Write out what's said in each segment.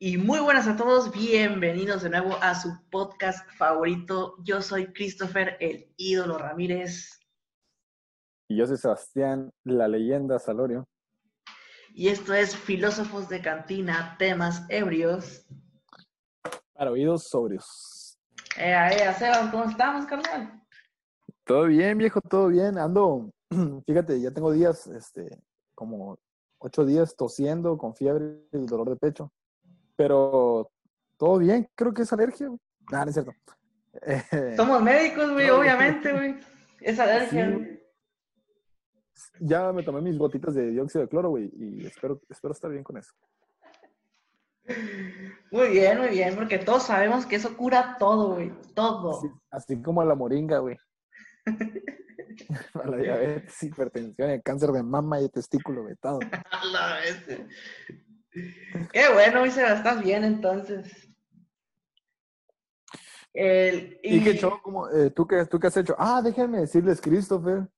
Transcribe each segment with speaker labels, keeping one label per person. Speaker 1: Y muy buenas a todos, bienvenidos de nuevo a su podcast favorito. Yo soy Christopher, el ídolo Ramírez.
Speaker 2: Y yo soy Sebastián, la leyenda Salorio.
Speaker 1: Y esto es Filósofos de Cantina, temas ebrios.
Speaker 2: Para oídos sobrios.
Speaker 1: Ea, ea, Sebas, ¿cómo estamos, carnal?
Speaker 2: Todo bien, viejo, todo bien. Ando, fíjate, ya tengo días, este, como ocho días tosiendo con fiebre y dolor de pecho. Pero todo bien, creo que es alergia. güey. Nah, no es cierto. Eh,
Speaker 1: Somos médicos, güey,
Speaker 2: No.
Speaker 1: obviamente, güey. Es alergia.
Speaker 2: Sí.
Speaker 1: güey.
Speaker 2: ya me tomé mis gotitas de dióxido de cloro, güey, y espero, espero estar bien con eso.
Speaker 1: Muy bien, muy bien, porque todos sabemos que eso cura todo, güey. Todo.
Speaker 2: Así, así como a la moringa, güey. a la diabetes, hipertensión, el cáncer de mama y de testículo, güey, todo.
Speaker 1: A la bestia. Qué bueno, mi Sebas, estás bien entonces. El,
Speaker 2: Y que show, como, eh, ¿tú, qué, ¿tú qué has hecho? Ah, déjenme decirles, Christopher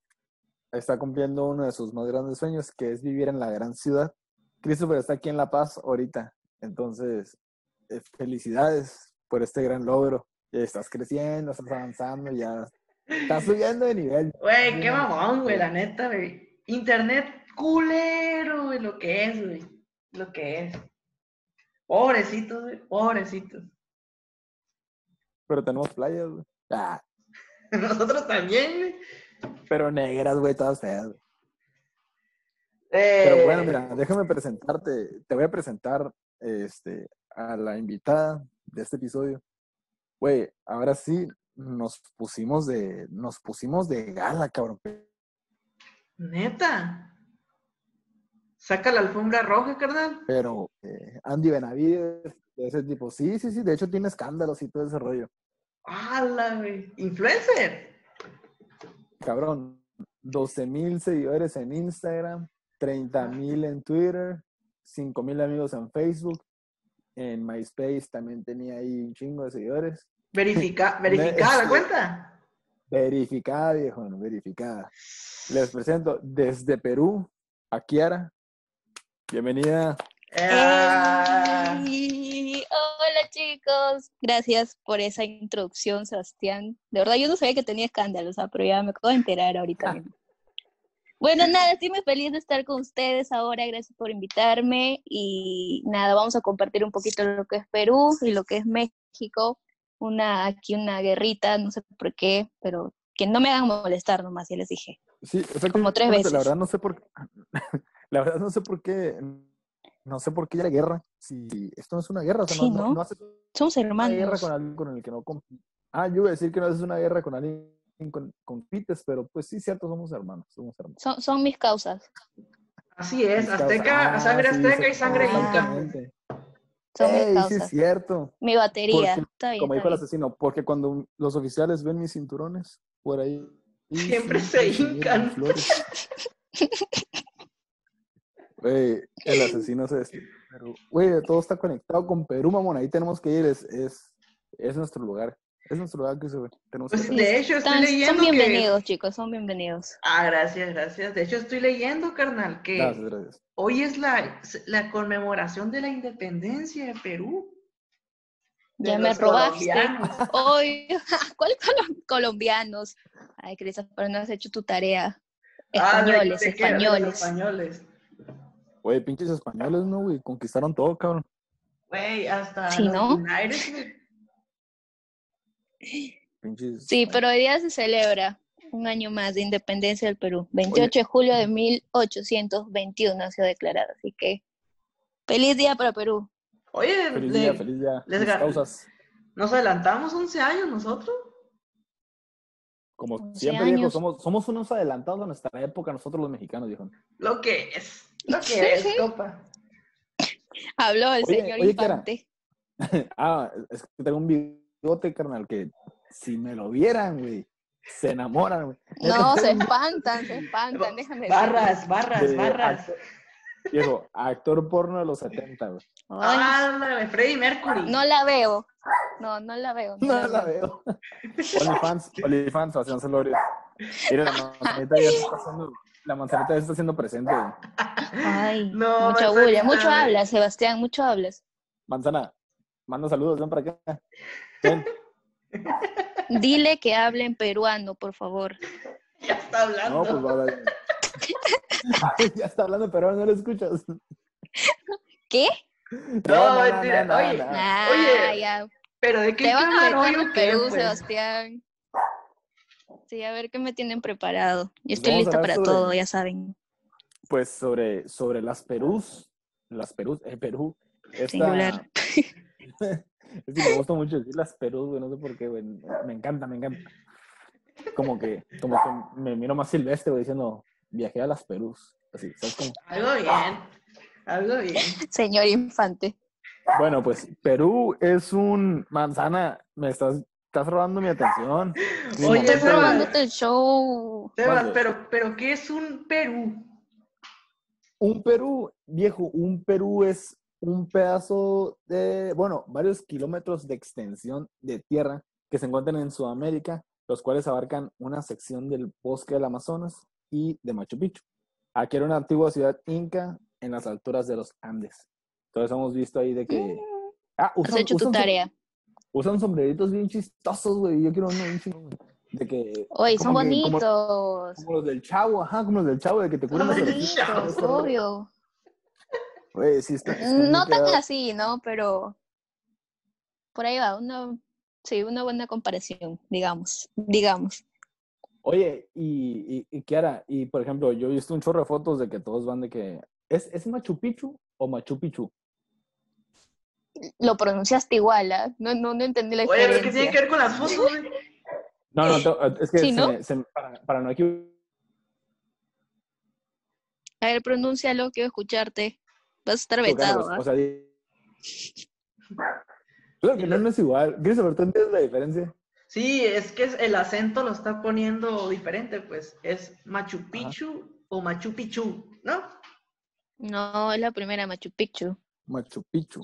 Speaker 2: está cumpliendo uno de sus más grandes sueños, que es vivir en la gran ciudad. Christopher está aquí en La Paz ahorita. Entonces, eh, felicidades por este gran logro. Ya estás creciendo, estás avanzando, ya estás subiendo de nivel.
Speaker 1: Güey, qué mamón, güey, la neta, güey. Internet culero, güey, lo que es, güey. Lo que es. Pobrecitos, güey, pobrecitos.
Speaker 2: Pero tenemos playas, güey. Ah,
Speaker 1: Nosotros también, güey.
Speaker 2: pero negras, güey, todas feas, güey.
Speaker 1: Eh,
Speaker 2: Pero bueno, mira, déjame presentarte. Te voy a presentar este, a la invitada de este episodio. Güey, ahora sí nos pusimos de, nos pusimos de gala, cabrón.
Speaker 1: Neta. Saca la alfombra roja, carnal.
Speaker 2: Pero eh, Andy Benavides, de ese tipo, sí, sí, sí, de hecho tiene escándalos y todo ese rollo.
Speaker 1: ¡Hala, güey! ¡Influencer!
Speaker 2: Cabrón, 12 mil seguidores en Instagram, 30 mil en Twitter, 5 mil amigos en Facebook. En MySpace también tenía ahí un chingo de seguidores.
Speaker 1: Verifica,
Speaker 2: Este.
Speaker 1: verificada la cuenta.
Speaker 2: Verificada, viejo, verificada. Les presento desde Perú a Kiara. Bienvenida.
Speaker 1: Ah,
Speaker 3: Ey, Hola chicos, gracias por esa introducción, Sebastián. De verdad, yo no sabía que tenía escándalos, ah, pero ya me acabo de enterar
Speaker 2: Ah.
Speaker 3: ahorita mismo. Bueno, nada, estoy muy feliz de estar con ustedes ahora, gracias por invitarme y nada, vamos a compartir un poquito lo que es Perú y lo que es México. Una, aquí una guerrita, no sé por qué, pero que no me hagan molestar nomás, ya les dije.
Speaker 2: Sí, exactamente.
Speaker 3: Como tres veces.
Speaker 2: La verdad no sé por La verdad no sé por qué no sé por qué ya la guerra. Si esto no es una guerra, o sea,
Speaker 3: Sí,
Speaker 2: no, no-
Speaker 3: ¿no?
Speaker 2: no haces
Speaker 3: Somos
Speaker 2: una guerra
Speaker 3: hermanos.
Speaker 2: con alguien con el que no compites. Ah, yo iba a decir que no haces una guerra con alguien con compites, pero pues sí, cierto, somos hermanos, somos hermanos.
Speaker 3: Son, son mis causas.
Speaker 1: así es,
Speaker 2: Mis
Speaker 1: azteca,
Speaker 2: causas.
Speaker 1: sangre
Speaker 2: Ah, sí,
Speaker 1: azteca y
Speaker 2: exactamente.
Speaker 1: sangre inca.
Speaker 2: Exactamente.
Speaker 3: Son mis
Speaker 2: Ey, sí es
Speaker 3: causas.
Speaker 2: cierto.
Speaker 3: Mi batería.
Speaker 2: Porque,
Speaker 3: está bien,
Speaker 2: Como
Speaker 3: está
Speaker 2: dijo el
Speaker 3: bien.
Speaker 2: asesino, porque cuando los oficiales ven mis cinturones por ahí. y
Speaker 1: Siempre se
Speaker 2: miran
Speaker 1: hincan.
Speaker 2: flores. Güey, el asesino se despide. Perú. Güey, todo está conectado con Perú, mamón. Ahí tenemos que ir. Es, es, es nuestro lugar. Es nuestro lugar que se ve. Tenemos que
Speaker 1: Pues
Speaker 2: hacer.
Speaker 1: de hecho estoy
Speaker 3: Están- son
Speaker 1: leyendo que...
Speaker 3: bienvenidos, chicos, son bienvenidos.
Speaker 1: Ah, gracias, gracias. De hecho estoy leyendo, carnal, que
Speaker 2: Gracias, gracias.
Speaker 1: hoy es la, la conmemoración de la independencia de Perú. De
Speaker 3: Ya me
Speaker 1: los
Speaker 3: robaste.
Speaker 1: colombianos.
Speaker 3: Hoy, ¿cuál colo- colombianos? Ay, Christopher, no has hecho tu tarea.
Speaker 1: Ah, de-
Speaker 3: Españoles,
Speaker 1: de que eran
Speaker 3: españoles.
Speaker 1: los Españoles.
Speaker 2: Güey, pinches españoles, ¿no, güey? Conquistaron todo, cabrón.
Speaker 1: Güey, hasta
Speaker 3: Sí,
Speaker 1: los
Speaker 3: ¿no?
Speaker 1: United, güey.
Speaker 2: Pinches.
Speaker 3: Sí, pero hoy día se celebra un año más de independencia del Perú. 28 de julio de 1821 ha sido declarado, así que feliz día para Perú.
Speaker 1: Oye,
Speaker 2: Feliz
Speaker 1: le-
Speaker 2: día, feliz día.
Speaker 1: les
Speaker 2: Mis
Speaker 1: ga-
Speaker 2: causas.
Speaker 1: nos adelantamos 11 años nosotros.
Speaker 2: Como
Speaker 3: 11
Speaker 2: siempre, viejo,
Speaker 3: años.
Speaker 2: somos, somos unos adelantados a nuestra época, nosotros los mexicanos, viejo.
Speaker 1: Lo que es, lo que es, copa.
Speaker 3: Habló el
Speaker 2: Oye,
Speaker 3: señor
Speaker 2: oye, Clara.
Speaker 3: Infante.
Speaker 2: Ah, es que tengo un bigote, carnal, que si me lo vieran, güey, se enamoran, güey.
Speaker 3: No, se espantan, se espantan, déjame decirles.
Speaker 1: Barras, barras,
Speaker 2: De
Speaker 1: barras.
Speaker 2: actor- Diego, actor porno de los 70, güey.
Speaker 3: Ay,
Speaker 1: Ah, la de Freddie Mercury.
Speaker 3: no la veo. No, no la veo. no
Speaker 2: No la veo. OnlyFans, OnlyFans, Sebastián Celorio. Mira, la manzanita ya se está haciendo, la manzanita ya se está haciendo presente, güey.
Speaker 3: Ay,
Speaker 1: No,
Speaker 3: mucha
Speaker 1: esa
Speaker 3: bulla,
Speaker 1: ni
Speaker 3: mucho
Speaker 1: sabe.
Speaker 3: hablas, Sebastián, mucho hablas.
Speaker 2: Manzana, manda saludos, ven para acá. Ven.
Speaker 3: Dile que hable en peruano, por favor.
Speaker 1: Ya está
Speaker 2: No,
Speaker 1: hablando.
Speaker 2: pues va a hablar. Ay, ya está hablando, pero no lo escuchas.
Speaker 3: ¿Qué?
Speaker 1: mentira, oye.
Speaker 3: Ah,
Speaker 1: Oye,
Speaker 3: ya.
Speaker 1: Pero de qué
Speaker 3: Te van a meter
Speaker 1: camaroyo
Speaker 3: en
Speaker 1: que
Speaker 3: Perú,
Speaker 1: pues.
Speaker 3: Sebastián. Sí, a ver qué me tienen preparado. Yo estoy
Speaker 2: Vamos a
Speaker 3: lista para
Speaker 2: hablar sobre-
Speaker 3: todo, ya saben.
Speaker 2: Pues sobre, sobre las Perús, las Perús, el Perú. Esta,
Speaker 3: Singular.
Speaker 2: Es que me gusta mucho decir las Perús, güey, no sé por qué, güey. Me encanta, me encanta. Como que, como que me miro más silvestre, güey, diciendo, viajé a las Perús. Así, ¿sabes cómo?
Speaker 1: Algo bien. Algo bien.
Speaker 3: Señor Infante.
Speaker 2: Bueno, pues Perú es un manzana, me estás, estás robando mi atención. Mi
Speaker 1: Oye,
Speaker 2: momento
Speaker 3: Estoy
Speaker 1: Eso-
Speaker 2: de-
Speaker 3: probándote el show.
Speaker 1: Sebas,
Speaker 2: Mande.
Speaker 1: pero, pero ¿qué es un Perú?
Speaker 2: Un Perú, viejo, un Perú es un pedazo de, bueno, varios kilómetros de extensión de tierra que se encuentran en Sudamérica, los cuales abarcan una sección del bosque del Amazonas y de Machu Picchu. Aquí era una antigua ciudad inca en las alturas de los Andes. Entonces hemos visto ahí de que... Ah,
Speaker 3: Mm. Has
Speaker 2: usan-
Speaker 3: hecho tu
Speaker 2: usan som-
Speaker 3: tarea.
Speaker 2: Usan sombreritos bien chistosos, güey. Yo quiero uno bien chingón, güey. De que...
Speaker 3: Oye, son
Speaker 2: como que- como-
Speaker 3: bonitos.
Speaker 2: Como los del chavo, ajá, como los del chavo, de que te
Speaker 3: Son
Speaker 2: curan las
Speaker 1: Ay,
Speaker 2: orejitas.
Speaker 3: bonitos,
Speaker 1: chavo.
Speaker 3: obvio.
Speaker 2: Güey, sí está- está muy
Speaker 3: No tan
Speaker 2: cagado.
Speaker 3: así, ¿no? Pero por ahí va, una, sí, una buena comparación, digamos, digamos.
Speaker 2: Oye, y, y, y Kiara, y por ejemplo, yo he visto un chorro de fotos de que todos van de que. ¿Es, es Machu Picchu o Machu Picchu?
Speaker 3: Lo pronunciaste igual, ¿ah? no, no, no entendí la
Speaker 1: Oye,
Speaker 3: diferencia.
Speaker 1: pero ¿qué tiene que ver con las fotos? güey?
Speaker 2: No, no, to- es que
Speaker 3: Sí,
Speaker 2: se
Speaker 3: ¿no?
Speaker 2: me- se me- para, para no equivocar.
Speaker 3: A ver, pronúncialo, quiero escucharte. Vas a estar vetado, ¿ah?
Speaker 2: O sea, di- Claro que no, no es igual. Christopher, ¿tú entiendes la diferencia?
Speaker 1: Sí, es que es- el acento lo está poniendo diferente, pues. Es Machu Picchu o Machu Picchu, ¿no?
Speaker 3: No, es la primera, Machu Picchu.
Speaker 2: Machu Picchu,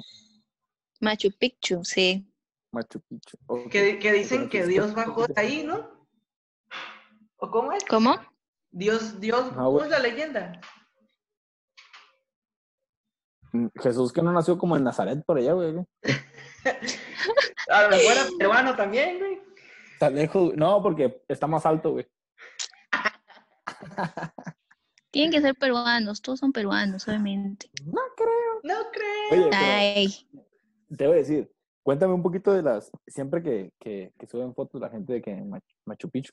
Speaker 3: Machu Picchu, sí.
Speaker 2: Machu Picchu. ok.
Speaker 1: Que, que dicen que
Speaker 2: Entonces,
Speaker 1: Dios
Speaker 2: ¿cómo
Speaker 1: bajó de
Speaker 2: te-
Speaker 1: ahí, ¿no? ¿O cómo es?
Speaker 3: ¿Cómo?
Speaker 1: Dios, Dios,
Speaker 2: Ah,
Speaker 1: ¿cómo
Speaker 2: bueno.
Speaker 1: es la leyenda?
Speaker 2: Mm, Jesús que no nació como en Nazaret por allá, güey. güey.
Speaker 1: A lo mejor era peruano también, güey.
Speaker 2: Está lejos. güey. No, porque está más alto, güey.
Speaker 3: Tienen que ser peruanos, todos son peruanos, obviamente.
Speaker 2: No creo.
Speaker 1: No creo.
Speaker 2: Oye, pero-
Speaker 3: Ay,
Speaker 2: Te voy a decir, cuéntame un poquito de las, siempre que, que, que suben fotos la gente de que en Machu- Machu Picchu,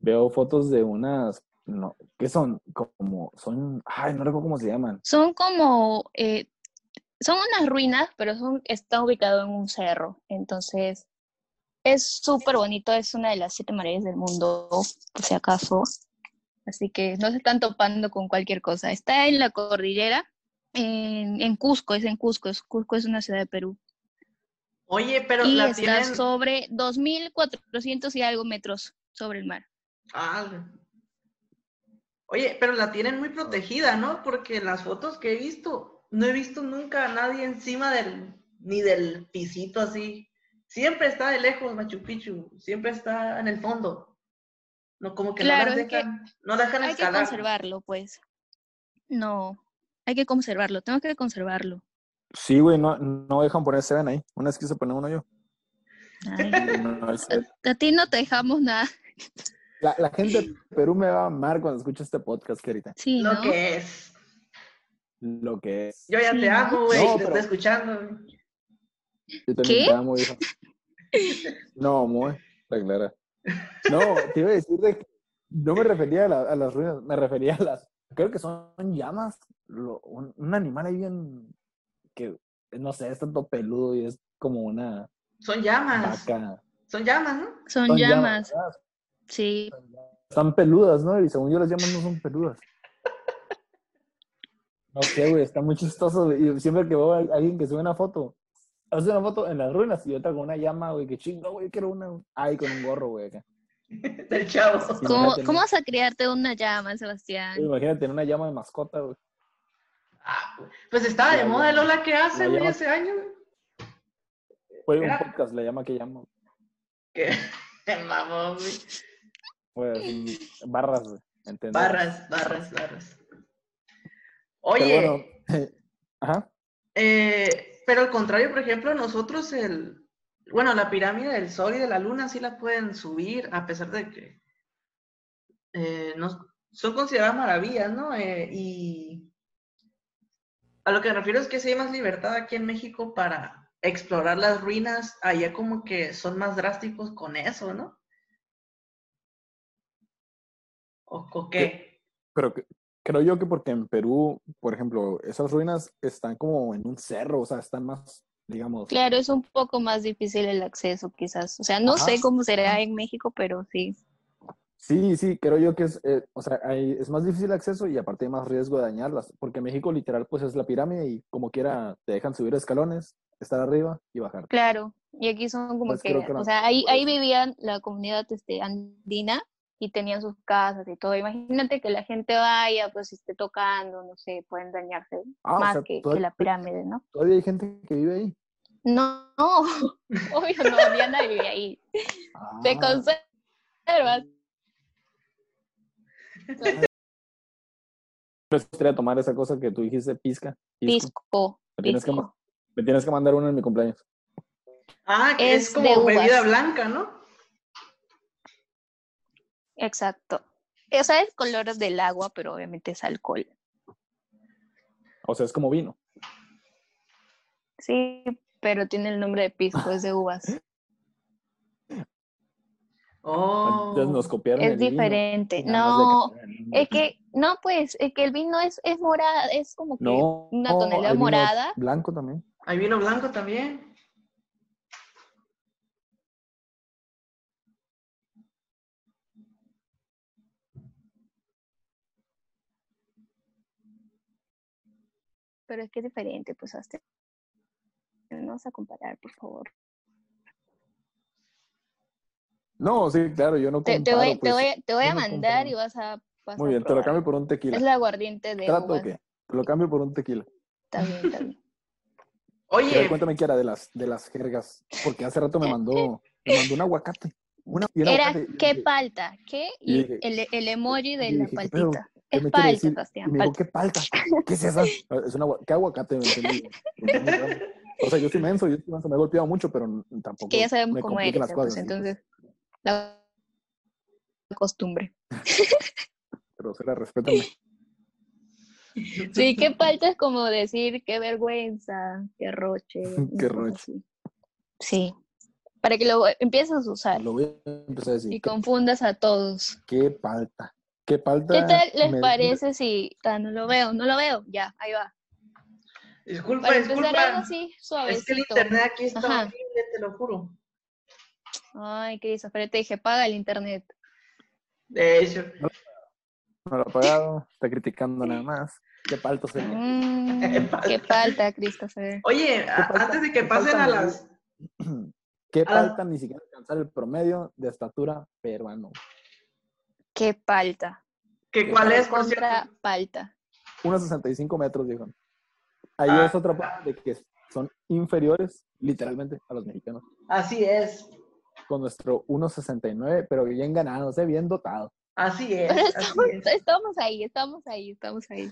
Speaker 2: veo fotos de unas, no, que son como, son, ay, no recuerdo cómo se llaman.
Speaker 3: son como, eh, son unas ruinas, pero son, está ubicado en un cerro. Entonces, es súper bonito, es una de las siete maravillas del mundo, por si acaso. Así que no se están topando con cualquier cosa. Está en la cordillera, en, en Cusco, es en Cusco, es, Cusco es una ciudad de Perú.
Speaker 1: Oye, pero
Speaker 3: y
Speaker 1: la
Speaker 3: está
Speaker 1: tienen...
Speaker 3: sobre 2.400 y algo metros sobre el mar.
Speaker 1: Ah, güey. Oye, pero la tienen muy protegida, ¿no? Porque las fotos que he visto, no he visto nunca a nadie encima del, ni del pisito así. Siempre está de lejos Machu Picchu, siempre está en el fondo. No, como que
Speaker 3: Claro,
Speaker 1: no las
Speaker 3: es que
Speaker 1: dejan, no dejan
Speaker 3: Hay que
Speaker 1: escalar.
Speaker 3: conservarlo, pues. No, hay que conservarlo, tengo que conservarlo.
Speaker 2: Sí, güey, no, no dejan poner Seven ahí. Una vez quise poner uno yo.
Speaker 3: Ay,
Speaker 2: y no, el Seven.
Speaker 3: a, a ti no te dejamos nada.
Speaker 2: La, la gente de Perú me va a amar cuando escuche este podcast que ahorita.
Speaker 3: Sí,
Speaker 1: Lo
Speaker 3: ¿no?
Speaker 1: que es.
Speaker 2: Lo que es.
Speaker 1: Yo ya
Speaker 3: Sí,
Speaker 1: te
Speaker 3: ¿no?
Speaker 1: amo, güey,
Speaker 2: No,
Speaker 1: te
Speaker 2: pero-
Speaker 1: estoy escuchando. güey.
Speaker 2: Yo también
Speaker 3: ¿Qué?
Speaker 2: te amo, hija. No, muy, la clara. No, te iba a decir de que no me refería a, la- a las ruinas, me refería a las. Creo que son llamas. lo- un, un animal ahí bien. que no sé, es tanto peludo y es como una
Speaker 1: Son llamas,
Speaker 2: vaca.
Speaker 1: son llamas, ¿no?
Speaker 3: Ah, Son,
Speaker 2: Son
Speaker 3: llamas,
Speaker 2: ¿verdad?
Speaker 3: sí.
Speaker 2: Son llamas. Están peludas, ¿no? Y según yo, las llamas no son peludas. No sé, güey, está muy chistoso. güey, Y siempre que veo a alguien que sube una foto, hace una foto en las ruinas y otra con una llama, güey, que chingo, güey, quiero una. güey. Ay, con un gorro, güey, acá.
Speaker 1: Del chavo.
Speaker 2: Sí,
Speaker 3: ¿Cómo,
Speaker 2: imagínate,
Speaker 3: cómo
Speaker 2: ¿no?
Speaker 3: vas a criarte una llama, Sebastián?
Speaker 2: Imagínate tener una llama de mascota, güey.
Speaker 1: Ah, güey. pues estaba de
Speaker 2: La
Speaker 1: moda
Speaker 2: llama.
Speaker 1: Lola que hace,
Speaker 2: La
Speaker 1: güey,
Speaker 2: llama.
Speaker 1: hace años.
Speaker 2: Fue un
Speaker 1: Era-
Speaker 2: podcast, la llama que llamo.
Speaker 1: Que mamón, güey.
Speaker 2: Fue así, barras, güey. ¿entendés?
Speaker 1: Barras, barras, barras.
Speaker 2: Pero
Speaker 1: Oye,
Speaker 2: bueno, ajá.
Speaker 1: eh, pero al contrario, por ejemplo, nosotros el, bueno, la pirámide del Sol y de la Luna sí la pueden subir, a pesar de que eh, no, son consideradas maravillas, ¿no? Eh, y a lo que me refiero es que sí hay más libertad aquí en México para explorar las ruinas, allá como que son más drásticos con eso, ¿no? ¿O, o qué?
Speaker 2: Pero que- creo yo que porque en Perú, por ejemplo, esas ruinas están como en un cerro, o sea, están más, digamos,
Speaker 3: Claro, es un poco más difícil el acceso, quizás. O sea, no
Speaker 2: Ajá.
Speaker 3: sé cómo será en México, pero sí.
Speaker 2: Sí, sí, creo yo que es, eh, o sea, hay- es más difícil acceso y aparte hay más riesgo de dañarlas, porque en México literal pues es la pirámide y como quiera te dejan subir escalones, estar arriba y bajar.
Speaker 3: Claro. Y aquí son como
Speaker 2: Pues
Speaker 3: que,
Speaker 2: creo que
Speaker 3: o
Speaker 2: no. Pues
Speaker 3: sea, ahí, ahí vivían la comunidad este, andina y tenían sus casas y todo. Imagínate que la gente vaya, pues esté tocando, no sé, pueden dañarse
Speaker 2: Ah, o
Speaker 3: más
Speaker 2: sea,
Speaker 3: que,
Speaker 2: toda-
Speaker 3: que la pirámide, ¿no?
Speaker 2: Todavía hay gente que vive ahí.
Speaker 3: No, no, obvio no, había nadie ahí. Se
Speaker 2: Ah,
Speaker 3: conserva.
Speaker 2: me gustaría tomar esa cosa que tú dijiste, pizca. pisco.
Speaker 3: Pisco.
Speaker 2: Me tienes que
Speaker 3: pisco.
Speaker 2: ma- Me tienes que mandar uno en mi cumpleaños.
Speaker 1: Ah, que es,
Speaker 3: Es de
Speaker 1: como bebida
Speaker 3: uvas.
Speaker 1: blanca, ¿no?
Speaker 3: Exacto. O sea, es color del agua, pero obviamente es alcohol.
Speaker 2: O sea, es como vino.
Speaker 3: Sí, pero tiene el nombre de pisco, es de uvas.
Speaker 1: Oh.
Speaker 2: Entonces nos copiaron
Speaker 3: Es
Speaker 2: el vino,
Speaker 3: diferente.
Speaker 2: nada más
Speaker 3: No,
Speaker 2: le cambiaron el nombre.
Speaker 3: es que, no, pues, es que el vino es, es morada, es como que
Speaker 2: No,
Speaker 3: una
Speaker 2: no,
Speaker 3: tonelada
Speaker 2: hay vino
Speaker 3: morada.
Speaker 2: Blanco también.
Speaker 1: Hay vino blanco también.
Speaker 3: pero es que es diferente, pues hasta no vas a comparar, por favor.
Speaker 2: No, sí, claro, yo no
Speaker 3: Te, te voy,
Speaker 2: comparo,
Speaker 3: te,
Speaker 2: pues.
Speaker 3: voy, a- te voy a
Speaker 2: yo no
Speaker 3: mandar y
Speaker 2: comparo.
Speaker 3: vas a, vas
Speaker 2: Muy
Speaker 3: a
Speaker 2: bien, te lo
Speaker 3: probar.
Speaker 2: cambio por un tequila.
Speaker 3: Es la aguardiente de
Speaker 2: ¿Trato o
Speaker 3: uvas.
Speaker 2: qué? Te lo cambio por un tequila.
Speaker 3: Está bien, está bien.
Speaker 2: Pero
Speaker 1: Oye,
Speaker 2: cuéntame qué era de las, de las jergas, porque hace rato me mandó, me mandó un aguacate. Una, y un
Speaker 3: Era
Speaker 2: aguacate, y yo
Speaker 3: qué
Speaker 2: dije,
Speaker 3: palta, qué y
Speaker 2: dije-
Speaker 3: el, el emoji de
Speaker 2: yo
Speaker 3: la
Speaker 2: dije, ¿qué pedo?
Speaker 3: paltita.
Speaker 2: ¿Qué
Speaker 3: Es
Speaker 2: me quiere
Speaker 3: palta,
Speaker 2: decir?
Speaker 3: Sebastián,
Speaker 2: Y me dijo,
Speaker 3: palta.
Speaker 2: ¿qué palta? ¿Qué es esa? Es una, ¿Qué aguacate? Me entendí. Me entendí raro. O sea, yo soy menso, yo soy menso, me he golpeado mucho, pero n- tampoco
Speaker 3: que ya sabemos
Speaker 2: me
Speaker 3: cómo
Speaker 2: compliquen
Speaker 3: eres,
Speaker 2: las
Speaker 3: ya, pues,
Speaker 2: cosas.
Speaker 3: entonces la costumbre.
Speaker 2: Pero, o sea, respétame.
Speaker 3: Sí, qué falta es como decir qué vergüenza, qué roche. una
Speaker 2: Qué
Speaker 3: cosa
Speaker 2: roche.
Speaker 3: así. Sí, para que lo empieces a usar
Speaker 2: Lo voy a empezar a decir.
Speaker 3: y
Speaker 2: ¿Qué,
Speaker 3: confundas a todos.
Speaker 2: qué palta? ¿Qué palta?
Speaker 3: ¿Qué tal les
Speaker 2: me-
Speaker 3: parece si ah, no lo veo, no lo veo? Ya, ahí va.
Speaker 1: disculpa,
Speaker 3: Para empezar algo
Speaker 1: disculpa.
Speaker 3: así
Speaker 1: Es que el
Speaker 3: suavecito.
Speaker 1: internet aquí está
Speaker 3: Ajá.
Speaker 1: horrible, te lo juro.
Speaker 3: Ay, qué dices, pero te dije, paga el internet.
Speaker 1: De hecho.
Speaker 2: No lo ha pagado, está criticando nada más. ¿Qué palta sería?
Speaker 3: Mm,
Speaker 1: Epa.
Speaker 3: qué falta, Christopher.
Speaker 1: Oye, a-
Speaker 2: falta-
Speaker 1: antes de que
Speaker 2: qué
Speaker 1: pasen
Speaker 2: falta
Speaker 1: a
Speaker 2: moral?
Speaker 1: las...
Speaker 2: ¿Qué
Speaker 1: Ah.
Speaker 2: falta ni siquiera alcanzar el promedio de estatura peruano?
Speaker 3: Qué falta.
Speaker 1: ¿Que ¿Cuál es, por
Speaker 3: Contra
Speaker 1: cierto?
Speaker 3: falta.
Speaker 2: 1,65 metros, dijo. Ahí
Speaker 1: Ah.
Speaker 2: es otra parte de que son inferiores, literalmente, a los mexicanos.
Speaker 1: Así es,
Speaker 2: Con nuestro 1,69, pero bien ganado, eh, bien dotado.
Speaker 1: así
Speaker 3: Pero
Speaker 1: es, así
Speaker 3: estamos,
Speaker 1: es.
Speaker 3: estamos ahí, estamos ahí, estamos ahí.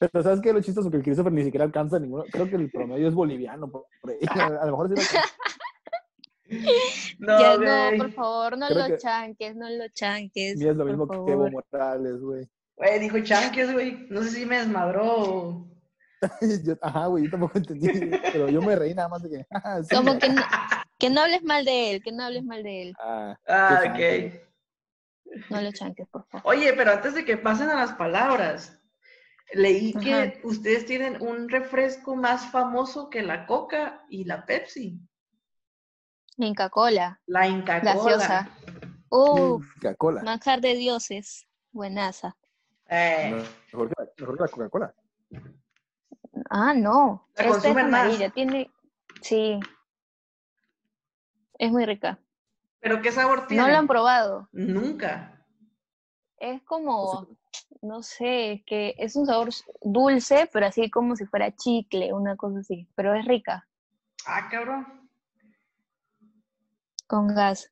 Speaker 2: Pero ¿sabes qué? Lo chistoso que el Christopher ni siquiera alcanza ninguno. Creo que el promedio es boliviano. por- por ahí. A lo mejor sí lo alcanza.
Speaker 1: No,
Speaker 3: ya
Speaker 1: güey.
Speaker 3: no, por favor, no
Speaker 2: Creo
Speaker 3: lo
Speaker 2: que-
Speaker 3: chanques, no lo chanques.
Speaker 2: Mira, es lo
Speaker 3: por
Speaker 2: mismo que Evo
Speaker 3: favor.
Speaker 2: Morales, güey.
Speaker 1: Güey, dijo chanques, güey. No sé si me desmadró. o-
Speaker 2: Yo- Ajá, güey, yo tampoco entendí. Pero yo me reí nada más de que. "Ah, sí,
Speaker 3: Como
Speaker 2: güey".
Speaker 3: que no, que no hables mal de él, que no hables mal de él.
Speaker 2: Ah,
Speaker 1: Ah,
Speaker 2: Qué chanque.
Speaker 1: ok.
Speaker 3: No lo chanques, por favor.
Speaker 1: Oye, pero antes de que pasen a las palabras, leí
Speaker 3: Ajá.
Speaker 1: que ustedes tienen un refresco más famoso que la Coca y la Pepsi.
Speaker 3: Inca Cola,
Speaker 1: La Inca
Speaker 3: gaseosa.
Speaker 1: Cola.
Speaker 3: Uf,
Speaker 2: Coca-Cola.
Speaker 3: manjar de dioses. Buenaza.
Speaker 1: Eh,
Speaker 2: Mejor que la- mejor que la Coca-Cola.
Speaker 3: Ah, no.
Speaker 1: La
Speaker 3: Esta es
Speaker 1: consumen más.
Speaker 3: amarilla, tiene. Sí. Es muy rica.
Speaker 1: ¿Pero qué sabor tiene?
Speaker 3: No lo han probado.
Speaker 1: Nunca.
Speaker 3: Es como, no sé, es que es un sabor s- dulce, pero así como si fuera chicle, una cosa así. Pero es rica,
Speaker 1: Ah, cabrón.
Speaker 3: con gas.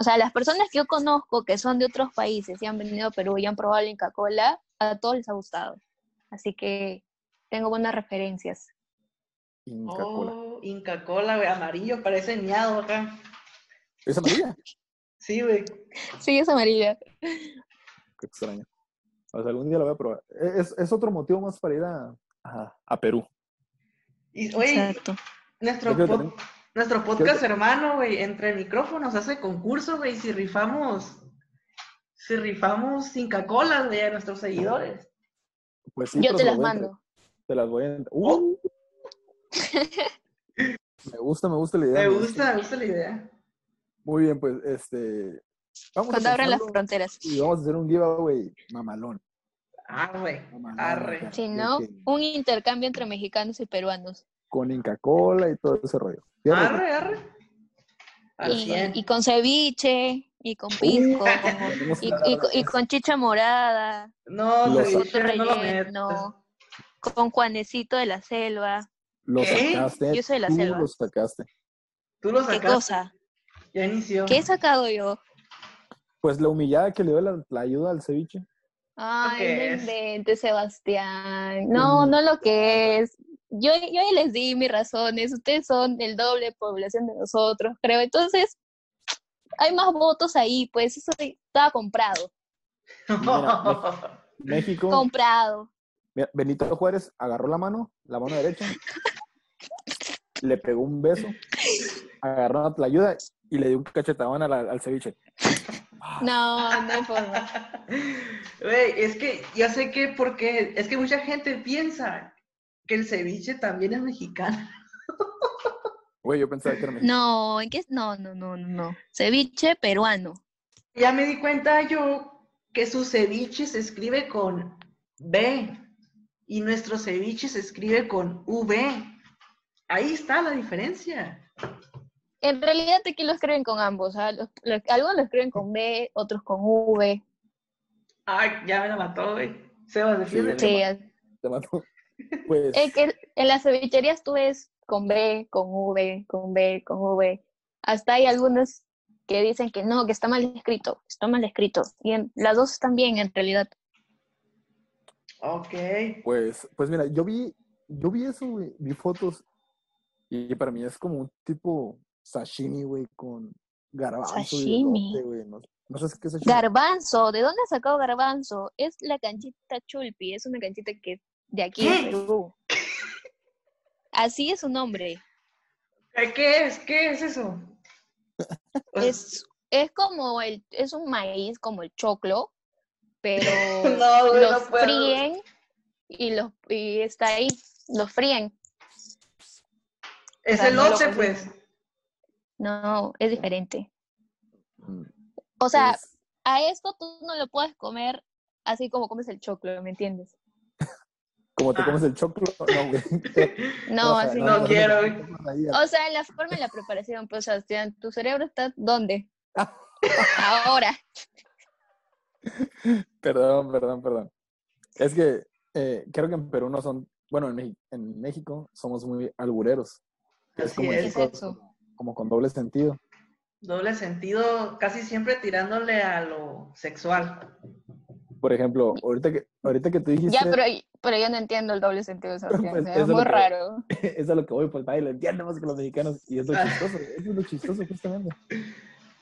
Speaker 3: O sea, las personas que yo conozco que son de otros países y han venido a Perú y han probado la Inca Cola, a todos les ha gustado. Así que tengo buenas referencias.
Speaker 2: Inca Kola.
Speaker 1: Oh, Inca Cola, güey, amarillo, parece ñado acá.
Speaker 2: ¿Es amarilla?
Speaker 1: Sí, güey.
Speaker 3: Sí, es amarilla.
Speaker 2: Qué extraño. O sea, algún día la voy a probar. E, Es, es otro motivo más para ir a, a, a Perú.
Speaker 1: Y, oye,
Speaker 3: Exacto.
Speaker 1: nuestro,
Speaker 2: Yo creo
Speaker 1: pod-
Speaker 2: que
Speaker 1: nuestro podcast hermano, güey, entre micrófonos hace concurso, güey, si rifamos, si rifamos Inca Cola, güey, a nuestros seguidores.
Speaker 2: Pues sí,
Speaker 3: Yo
Speaker 2: pero
Speaker 3: te
Speaker 2: se
Speaker 3: las
Speaker 2: voy a entre-
Speaker 3: mando. Oh.
Speaker 2: Te las voy a... entre- ¡Uh! me gusta, me gusta la idea.
Speaker 1: Me
Speaker 2: gusta.
Speaker 1: gusta, me gusta la idea.
Speaker 2: Muy bien, pues, este... Vamos
Speaker 3: Cuando
Speaker 2: a
Speaker 3: abran las
Speaker 2: pensarlo
Speaker 3: fronteras.
Speaker 2: Y vamos a hacer un giveaway mamalón.
Speaker 1: Ah, güey.
Speaker 2: mamalón
Speaker 1: Arre.
Speaker 2: acá,
Speaker 3: Si
Speaker 2: de
Speaker 3: no,
Speaker 2: que
Speaker 3: un intercambio entre mexicanos y peruanos.
Speaker 2: Con Inca Cola y todo ese rollo. Fíjate
Speaker 1: Arre, arre. Al
Speaker 3: Y,
Speaker 1: cien.
Speaker 3: y con ceviche, y con pisco,
Speaker 2: que
Speaker 3: con-
Speaker 2: tenemos que
Speaker 3: y,
Speaker 2: hablar
Speaker 3: y con- y
Speaker 2: de-
Speaker 3: con chicha morada,
Speaker 1: No,
Speaker 2: Los-
Speaker 1: se
Speaker 3: con
Speaker 1: dice, no lo metas.
Speaker 3: relleno, con Juanecito de la selva.
Speaker 2: Lo
Speaker 1: ¿Qué?
Speaker 2: sacaste.
Speaker 3: Yo soy de la
Speaker 2: tú
Speaker 3: selva.
Speaker 2: lo sacaste.
Speaker 1: Tú lo
Speaker 3: ¿Qué
Speaker 1: sacaste.
Speaker 3: cosa?
Speaker 1: Ya inició.
Speaker 3: ¿Qué he sacado yo?
Speaker 2: Pues la humillada que le dio la, la ayuda al ceviche.
Speaker 1: ¿Qué
Speaker 3: Ay,
Speaker 1: es? Mm.
Speaker 3: no inventes, Sebastián. No, no lo que es. Yo, yo ya les di mis razones. Ustedes son el doble de población de nosotros, creo. Entonces, hay más votos ahí, pues eso sí, estaba comprado.
Speaker 2: Mira, México.
Speaker 3: Comprado.
Speaker 2: Mira, Benito Juárez agarró la mano, la mano derecha, le pegó un beso, agarró la ayuda y le dio un cachetadón a la- al ceviche.
Speaker 1: Ah.
Speaker 3: No, no hay forma.
Speaker 1: Güey, es que ya sé que porque es que mucha gente piensa que el ceviche también es mexicano.
Speaker 2: Güey, yo pensaba que era mexicano.
Speaker 3: No, ¿en qué? No, no, no, no, no. Ceviche peruano.
Speaker 1: Ya me di cuenta yo que su ceviche se escribe con B y nuestro ceviche se escribe con V. Ahí está la diferencia.
Speaker 3: En realidad aquí lo escriben con ambos. ¿ah? Los- los- algunos lo escriben con B, otros con V.
Speaker 1: Ay, ya me la mató, güey. Sebas, defiéndeme.
Speaker 3: Sí,
Speaker 2: Te mato. Pues,
Speaker 3: Es que en las cevicherías tú ves con B, con V, con B, con V. Hasta hay algunos que dicen que no, que está mal escrito, está mal escrito. Y en- las dos están bien en realidad.
Speaker 1: Ok. Eh,
Speaker 2: pues, pues mira, yo vi, yo vi eso, güey, vi fotos y para mí es como un tipo sashimi, güey, con garbanzo y
Speaker 3: Sashimi.
Speaker 2: elote, güey. No, no sé qué es sashimi.
Speaker 3: Garbanzo, ¿de dónde ha sacado garbanzo? Es la canchita chulpi, es una canchita que es de aquí de
Speaker 1: ¿Qué?
Speaker 3: Perú. Así es su nombre.
Speaker 1: ¿Qué- ¿Qué es? ¿Qué es eso? O sea,
Speaker 3: Es, es como el, es un maíz como el choclo, pero
Speaker 1: No, güey, no
Speaker 3: los
Speaker 1: puedo.
Speaker 3: fríen y los y está ahí, los fríen.
Speaker 1: Es
Speaker 3: sea,
Speaker 1: el
Speaker 3: no lo
Speaker 1: lote,
Speaker 3: conozco.
Speaker 1: pues.
Speaker 3: No, es diferente.
Speaker 2: Mm,
Speaker 3: O sea,
Speaker 2: es-
Speaker 3: a esto tú no lo puedes comer así como comes el choclo, ¿me entiendes?
Speaker 2: como te comes el choclo, no, güey.
Speaker 3: No,
Speaker 2: O sea,
Speaker 3: así
Speaker 1: no,
Speaker 3: no.
Speaker 1: quiero,
Speaker 2: güey.
Speaker 3: O sea, en la forma en la preparación, pues, Sebastián, tu cerebro está ¿dónde? Ahora.
Speaker 2: Perdón, perdón, perdón. Es que eh, creo que en Perú no son, bueno, en, Mex- en México somos muy albureros, Es
Speaker 1: Así
Speaker 2: como
Speaker 3: ¿Qué
Speaker 1: es.
Speaker 3: es eso?
Speaker 2: como con doble sentido.
Speaker 1: Doble sentido, casi siempre tirándole a lo sexual.
Speaker 2: Por ejemplo, ahorita que, ahorita que tú dijiste,
Speaker 3: Ya, pero, pero yo no entiendo el doble sentido de Sebastián.
Speaker 2: Pues,
Speaker 3: es
Speaker 2: eso es lo
Speaker 3: muy
Speaker 2: que-
Speaker 3: raro.
Speaker 2: es a lo que voy, pues nadie lo entiende más que los mexicanos, y es lo
Speaker 1: Ah.
Speaker 2: chistoso, eso es lo chistoso justamente.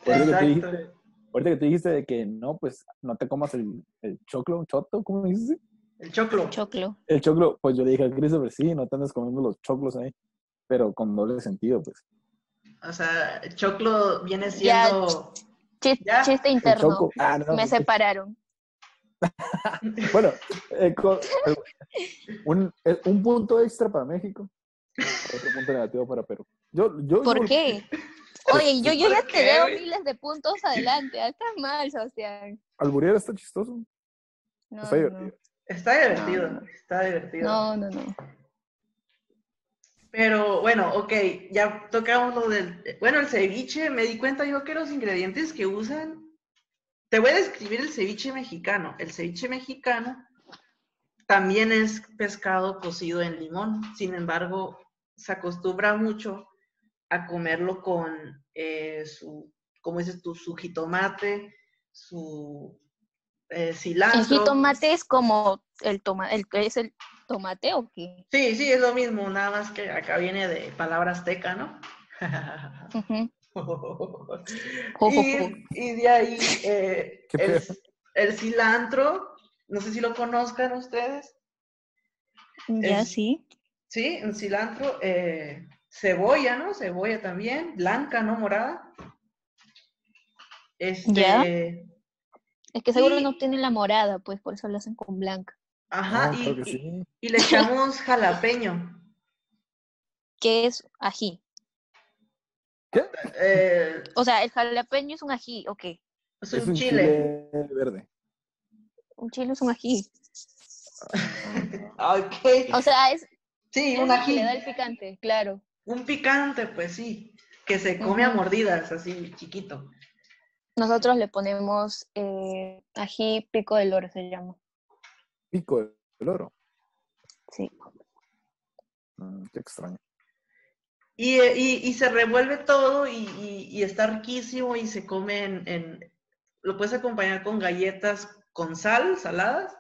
Speaker 2: Ahorita que, tú dijiste,
Speaker 1: Exacto.
Speaker 2: ahorita que tú dijiste de que no, pues no te comas el, el choclo, choto, ¿cómo dices?
Speaker 1: El choclo.
Speaker 3: Choclo.
Speaker 2: El choclo, pues yo le dije a Christopher, sí, no te andes comiendo los choclos ahí, pero con doble sentido, pues.
Speaker 1: O sea, el choclo viene
Speaker 3: Ya.
Speaker 1: siendo.
Speaker 3: Chis-
Speaker 1: Ya,
Speaker 3: chiste
Speaker 2: El
Speaker 3: interno.
Speaker 2: choco, ah, no,
Speaker 3: Me
Speaker 2: pues,
Speaker 3: separaron.
Speaker 2: Bueno, eh, co- eh, un, eh, un punto extra para México, otro punto negativo para Perú. Yo, yo, yo-
Speaker 3: ¿Por qué? Oye, yo, yo
Speaker 1: Pues,
Speaker 3: ya
Speaker 1: ¿Por qué,
Speaker 3: te veo
Speaker 1: güey?
Speaker 3: miles de puntos adelante. Ah, Estás mal, Sebastián.
Speaker 2: Alburear está chistoso.
Speaker 3: No,
Speaker 2: Está
Speaker 3: no,
Speaker 2: divertido.
Speaker 1: Está divertido,
Speaker 3: No, no.
Speaker 1: está divertido.
Speaker 3: no, no, no.
Speaker 1: Pero bueno, ok, ya tocamos lo del. Bueno, el ceviche, me di cuenta yo que los ingredientes que usan. Te voy a describir el ceviche mexicano. El ceviche mexicano también es pescado cocido en limón. Sin embargo, se acostumbra mucho a comerlo con eh, su, ¿cómo dices tú? Su jitomate, su eh,
Speaker 3: El
Speaker 1: cilantro. Ah,
Speaker 3: jitomate es como el tomate, el, es el tomate o qué?
Speaker 1: Sí, sí, es lo mismo, nada más que acá viene de palabra azteca, ¿no?
Speaker 3: Ujú.
Speaker 2: Oh,
Speaker 1: y, y de ahí eh,
Speaker 2: Qué
Speaker 1: el,
Speaker 2: pedo.
Speaker 1: el cilantro, no sé si lo conozcan ustedes,
Speaker 3: Ya
Speaker 1: Es-
Speaker 3: sí.
Speaker 1: sí, el cilantro, eh, cebolla, ¿no? Cebolla también, blanca, no morada. Este,
Speaker 3: Ya. Es que seguro
Speaker 1: Y-
Speaker 3: no tienen la morada, pues por eso lo hacen con blanca.
Speaker 1: ajá,
Speaker 2: No,
Speaker 1: y,
Speaker 2: creo Ah, que
Speaker 1: y-
Speaker 2: sí.
Speaker 1: y le echamos jalapeño.
Speaker 3: Que es ají.
Speaker 1: Eh,
Speaker 3: O sea, el jalapeño es un ají, ok.
Speaker 1: es un,
Speaker 2: Es un
Speaker 1: chile.
Speaker 2: chile verde.
Speaker 3: Un chile es un ají.
Speaker 1: Ok.
Speaker 3: O sea, es,
Speaker 1: Sí,
Speaker 3: es
Speaker 1: un
Speaker 3: lo que
Speaker 1: ají.
Speaker 3: le da el picante, claro.
Speaker 1: Un picante, pues sí. Que se come a
Speaker 3: Ujú.
Speaker 1: mordidas, así chiquito.
Speaker 3: Nosotros le ponemos eh, ají pico del oro, se llama.
Speaker 2: Pico del oro.
Speaker 3: Sí.
Speaker 2: Mm, qué extraño.
Speaker 1: Y, eh, y- y se revuelve todo y, y- y está riquísimo y se come en, en- Lo puedes acompañar con galletas con sal, saladas,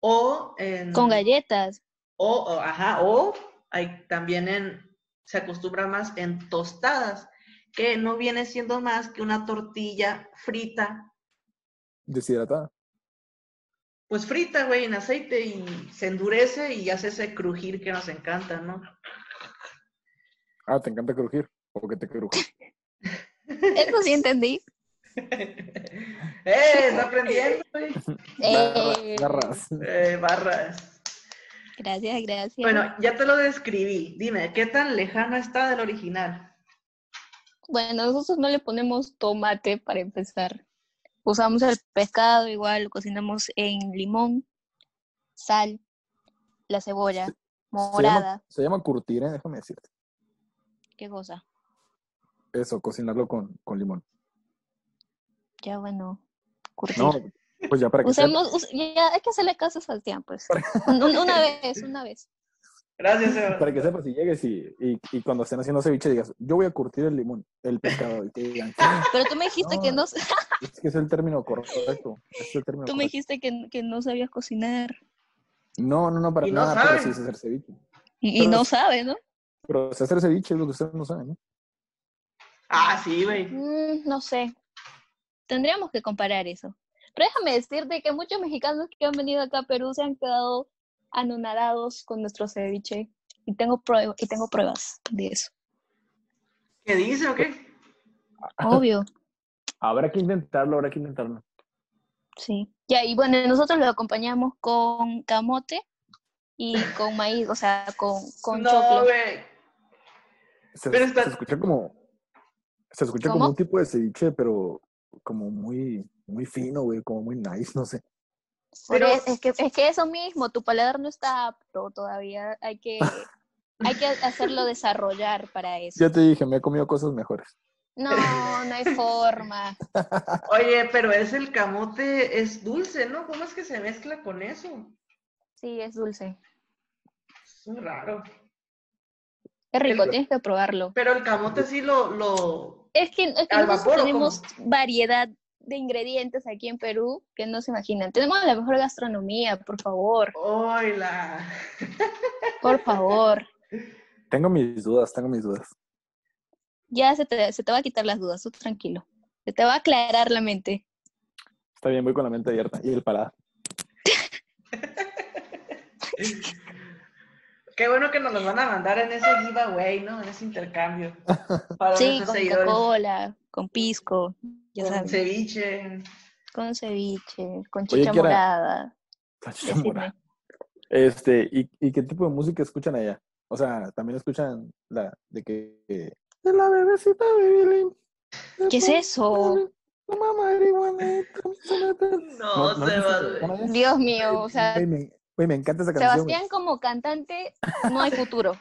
Speaker 1: o en...
Speaker 2: Mm.
Speaker 3: Con galletas.
Speaker 1: O, o- ajá, o hay también en... Se acostumbra más en tostadas, que no viene siendo más que una tortilla frita
Speaker 2: Deshidratada.
Speaker 1: Pues frita, güey, en aceite y se endurece y hace ese crujir que nos encanta, ¿no?
Speaker 2: Ah, te encanta crujir. O que te cruja.
Speaker 3: Eso sí entendí.
Speaker 1: ¡Eh! Está aprendiendo, güey.
Speaker 3: Eh,
Speaker 2: Garras.
Speaker 1: Eh, barras.
Speaker 3: Gracias, gracias.
Speaker 1: Bueno, ya te lo describí. Dime, ¿qué tan lejano está del original?
Speaker 3: Bueno, nosotros no le ponemos tomate para empezar. Usamos el pescado igual, lo cocinamos en limón, sal, la cebolla
Speaker 2: Se llama,
Speaker 3: morada,
Speaker 2: se llama curtir, ¿eh? déjame decirte.
Speaker 3: qué cosa.
Speaker 2: Eso, cocinarlo con, con limón.
Speaker 3: Ya bueno, curtir.
Speaker 2: No, pues ya para que sea.
Speaker 3: Usamos, us- ya hay que hacerle caso a Sebastián, pues. Un- un- una vez, una vez.
Speaker 1: Gracias, Eva.
Speaker 2: Para que sepas si llegues y, y, y cuando estén haciendo ceviche digas, yo voy a curtir el limón, el pescado. Y te digan, "Sí,
Speaker 3: Pero tú me dijiste que no,
Speaker 2: es que es el término correcto. Es el término
Speaker 3: tú me
Speaker 2: correcto.
Speaker 3: dijiste que, que no sabías cocinar.
Speaker 2: No, no, no, para
Speaker 1: Y no
Speaker 2: nada, pero sí
Speaker 1: saben.
Speaker 2: es hacer ceviche.
Speaker 3: Y, y
Speaker 2: Pero-
Speaker 3: no sabes, ¿no?
Speaker 2: Pero es hacer ceviche es lo que ustedes no saben, ¿eh?
Speaker 1: Ah, sí, güey.
Speaker 3: Mm, no sé. Tendríamos que comparar eso. Pero déjame decirte que muchos mexicanos que han venido acá a Perú se han quedado anonadados con nuestro ceviche. Y tengo, prue- y tengo pruebas de eso.
Speaker 1: ¿Qué dice o qué?
Speaker 3: Obvio,
Speaker 2: Habrá que intentarlo, habrá que intentarlo.
Speaker 3: sí. Ya, y bueno, nosotros lo acompañamos con camote y con maíz, o sea, con, con
Speaker 1: No,
Speaker 3: choclo.
Speaker 1: güey.
Speaker 2: Se,
Speaker 1: Pero
Speaker 2: se
Speaker 1: está-
Speaker 2: escucha como. Se escucha como
Speaker 3: ¿Cómo?
Speaker 2: un tipo de ceviche, pero como muy, muy fino, güey, como muy nice, no sé.
Speaker 3: Por
Speaker 1: Pero-
Speaker 3: es, es que, es que eso mismo, tu paladar no está apto todavía. Hay que, hay que hacerlo desarrollar para eso.
Speaker 2: Ya te dije, me he comido cosas mejores.
Speaker 3: No, no hay forma.
Speaker 1: Oye, pero es el camote, es dulce, ¿no? ¿Cómo es que se mezcla con eso?
Speaker 3: Sí, es dulce.
Speaker 1: Es muy raro.
Speaker 3: Es rico,
Speaker 1: Pero-
Speaker 3: tienes que probarlo.
Speaker 1: Pero el camote sí lo, lo,
Speaker 3: Es que, es que
Speaker 1: ¿Al
Speaker 3: nosotros
Speaker 1: vapor o
Speaker 3: tenemos variedad de ingredientes aquí en Perú que no se imaginan. Tenemos la mejor gastronomía, por favor,
Speaker 1: ¡Ay, la!
Speaker 3: por favor.
Speaker 2: Tengo mis dudas, tengo mis dudas.
Speaker 3: Ya se te, se te va a quitar las dudas, tú tranquilo. Se te va a aclarar la mente.
Speaker 2: Está bien, voy con la mente abierta y el paladar.
Speaker 1: Qué bueno que nos los van a mandar en ese giveaway, ¿no? En ese intercambio. Para
Speaker 3: Sí,
Speaker 1: nuestros
Speaker 3: con
Speaker 1: seguidores.
Speaker 3: Coca-Cola, con pisco, ya
Speaker 1: Con
Speaker 3: sabes,
Speaker 1: ceviche.
Speaker 3: con ceviche, con chicha
Speaker 2: Kiara,
Speaker 3: morada.
Speaker 2: Salchicha
Speaker 3: Decime.
Speaker 2: morada. Este, ¿y, y qué tipo de música escuchan allá? O sea, también escuchan la de que. que- De la bebecita de Billy.
Speaker 3: ¿Qué es eso?
Speaker 2: Toma marihuana. y toma tomate.
Speaker 1: No,
Speaker 2: no
Speaker 1: se
Speaker 2: escuchan
Speaker 1: va.
Speaker 2: reggaetón allá?
Speaker 3: Dios mío, o sea,
Speaker 2: Güey, me, güey, me encanta esa canción. güey.
Speaker 3: Sebastián como cantante no hay futuro.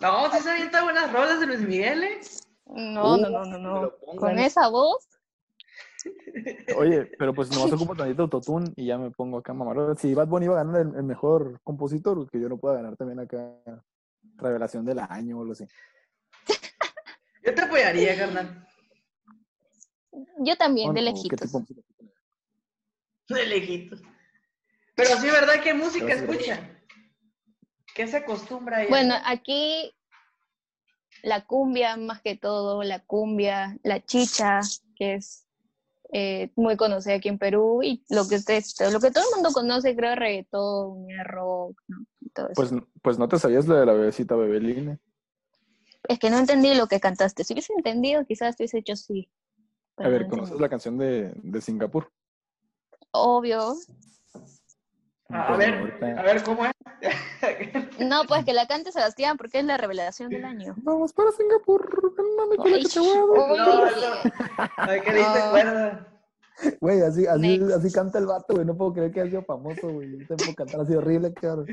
Speaker 1: No, sí se avienta buenas rolas de Luis Miguel, ¿eh?
Speaker 3: No,
Speaker 1: Uh,
Speaker 3: no, no, no,
Speaker 2: Me
Speaker 3: no.
Speaker 2: lo pongo,
Speaker 3: Con
Speaker 2: güey.
Speaker 3: esa voz,
Speaker 2: Oye, pero pues nomás ocupo tantito autotune y ya me pongo acá mamarro. Si Bad Bunny iba a ganar el, el mejor compositor, que yo no pueda ganar también acá revelación del año o algo así.
Speaker 1: Yo te apoyaría, carnal.
Speaker 3: yo también,
Speaker 2: Bueno,
Speaker 3: de
Speaker 2: ¿o ¿Qué
Speaker 3: lejitos.
Speaker 2: tipo de música escuchan?
Speaker 1: De lejitos. Pero sí, ¿verdad? ¿Qué música
Speaker 2: Gracias,
Speaker 1: escuchan? ¿Qué se acostumbra ahí?
Speaker 3: Bueno, aquí la cumbia más que todo, la cumbia, la chicha, que es eh, muy conocida aquí en Perú, y lo que ustedes, lo que todo el mundo conoce, creo, reggaetón, rock, ¿no? Y todo eso.
Speaker 2: Pues, pues no te sabías la de la bebecita Bebeline.
Speaker 3: es que no entendí lo que cantaste. Si hubiese entendido, quizás te hubiese hecho sí.
Speaker 2: A
Speaker 3: pero
Speaker 2: ver,
Speaker 3: no
Speaker 2: ¿conoces
Speaker 3: entendí.
Speaker 2: la canción de, de Singapur?
Speaker 3: Obvio.
Speaker 1: a, a
Speaker 2: Pues,
Speaker 1: ver,
Speaker 2: ahorita-
Speaker 1: a ver cómo es.
Speaker 3: No, pues que la cante Sebastián, porque es la revelación del año.
Speaker 2: Vamos para Singapur, no me quiero
Speaker 3: Ay,
Speaker 2: que te voy a
Speaker 3: Oye.
Speaker 1: No, eso. Ay, que le diste
Speaker 3: No.
Speaker 1: cuerda.
Speaker 2: dar. Güey, así, así,
Speaker 3: Next.
Speaker 2: así canta el vato, güey. No puedo creer que ha sido famoso, güey. No te puedo cantar así horrible, cabrón.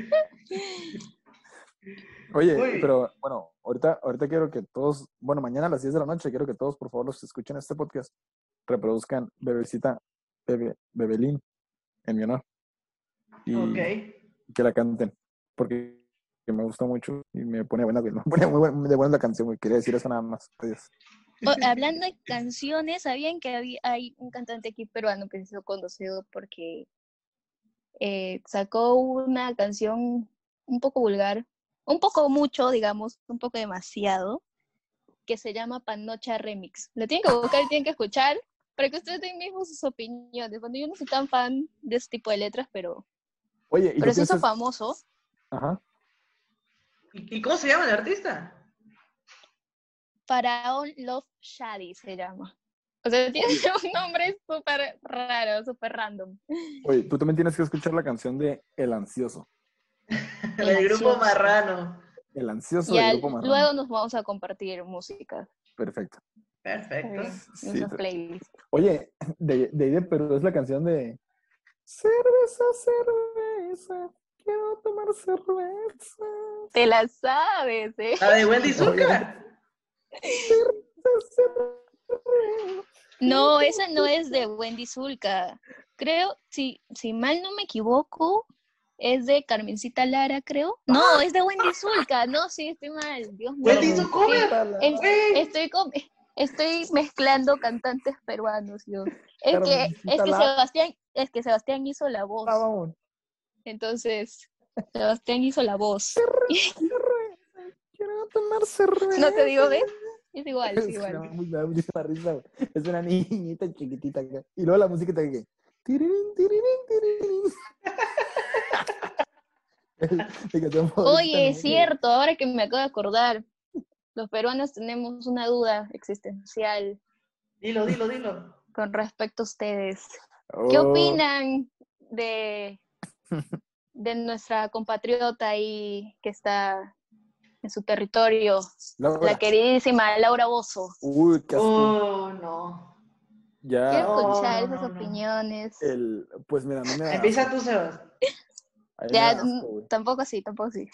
Speaker 2: Oye,
Speaker 1: Uy.
Speaker 2: pero bueno, ahorita, ahorita quiero que todos, bueno, mañana a las 10 de la noche, quiero que todos, por favor, los que escuchen este podcast, reproduzcan Bebecita Bebe, Bebelín en mi honor. Y
Speaker 1: Ok.
Speaker 2: que la canten, porque que me gusta mucho y me pone buena, güey. Me pone muy buena, de buena la canción, güey. Quería decir eso nada más. Adiós.
Speaker 3: O- hablando de canciones, ¿sabían que había- hay un cantante aquí peruano que se hizo conocido porque eh, sacó una canción un poco vulgar, un poco mucho, digamos, un poco demasiado, que se llama Panocha Remix? Lo tienen que buscar y tienen que escuchar para que ustedes den mismos sus opiniones. Bueno, yo no soy tan fan de ese tipo de letras, pero,
Speaker 2: Oye, ¿y
Speaker 3: pero
Speaker 2: qué
Speaker 3: se hizo
Speaker 2: piensas?
Speaker 3: famoso.
Speaker 2: Ajá.
Speaker 1: ¿Y, y cómo se llama el artista?
Speaker 3: Faraón Love Shady se llama. O sea, tiene un nombre súper raro, súper random.
Speaker 2: Oye, tú también tienes que escuchar la canción de El Ansioso.
Speaker 1: El,
Speaker 3: El
Speaker 1: grupo
Speaker 3: ansioso.
Speaker 1: marrano.
Speaker 2: El Ansioso
Speaker 3: Ya
Speaker 2: del Grupo Marrón.
Speaker 3: luego nos vamos a compartir música.
Speaker 2: Perfecto.
Speaker 1: Perfecto.
Speaker 3: eh,
Speaker 2: Sí,
Speaker 3: nuestras
Speaker 2: te-
Speaker 3: playlists.
Speaker 2: Oye, de, de ahí de Perú es la canción de Cerveza, cerveza, quiero tomar cerveza.
Speaker 3: Te la sabes, ¿eh?
Speaker 1: La de Wendy Zucker.
Speaker 2: cerveza".
Speaker 3: No, esa no es de Wendy Zulka. Creo, si, si mal no me equivoco, es de Carmencita Lara, creo. No,
Speaker 2: Ah.
Speaker 3: es de Wendy Zulka. No, sí, estoy mal. Dios mío.
Speaker 1: Wendy Zucker.
Speaker 3: Es-
Speaker 1: Güey.
Speaker 3: Estoy, con- estoy mezclando cantantes peruanos, yo. Es
Speaker 2: Claro,
Speaker 3: que,
Speaker 2: necesita
Speaker 3: es que
Speaker 2: la-
Speaker 3: Sebastián, es que Sebastián hizo la voz.
Speaker 2: Ah, vamos.
Speaker 3: Entonces, Sebastián hizo la voz.
Speaker 2: Cerveza, quiero tomar cerveza.
Speaker 3: No te digo, ¿ves? Es igual, es
Speaker 2: Es que me da
Speaker 3: igual.
Speaker 2: muy- me da muchísima risa, güey. Es una niñita chiquitita. acá. Y luego la música te que. tirirín, tirirín, tirirín. Es- de que te pones
Speaker 3: Oye,
Speaker 2: tan-
Speaker 3: es cierto, ahora que me acabo de acordar, los peruanos tenemos una duda existencial
Speaker 1: Dilo, dilo, dilo.
Speaker 3: con respecto a ustedes. ¿Qué
Speaker 2: Oh,
Speaker 3: opinan de, de nuestra compatriota ahí que está en su territorio,
Speaker 2: Laura.
Speaker 3: la queridísima Laura Bozo?
Speaker 2: Uy, qué asco.
Speaker 1: Oh, no.
Speaker 2: Ya.
Speaker 3: Quiero
Speaker 1: No,
Speaker 3: escuchar
Speaker 1: no,
Speaker 3: esas
Speaker 1: no.
Speaker 3: opiniones.
Speaker 2: Ah. El, pues mira, a mí me da
Speaker 1: Empieza
Speaker 2: asco.
Speaker 1: tú, Sebas.
Speaker 2: A mí me
Speaker 3: Ya,
Speaker 2: da asco,
Speaker 3: mm,
Speaker 2: güey.
Speaker 3: tampoco así, tampoco así.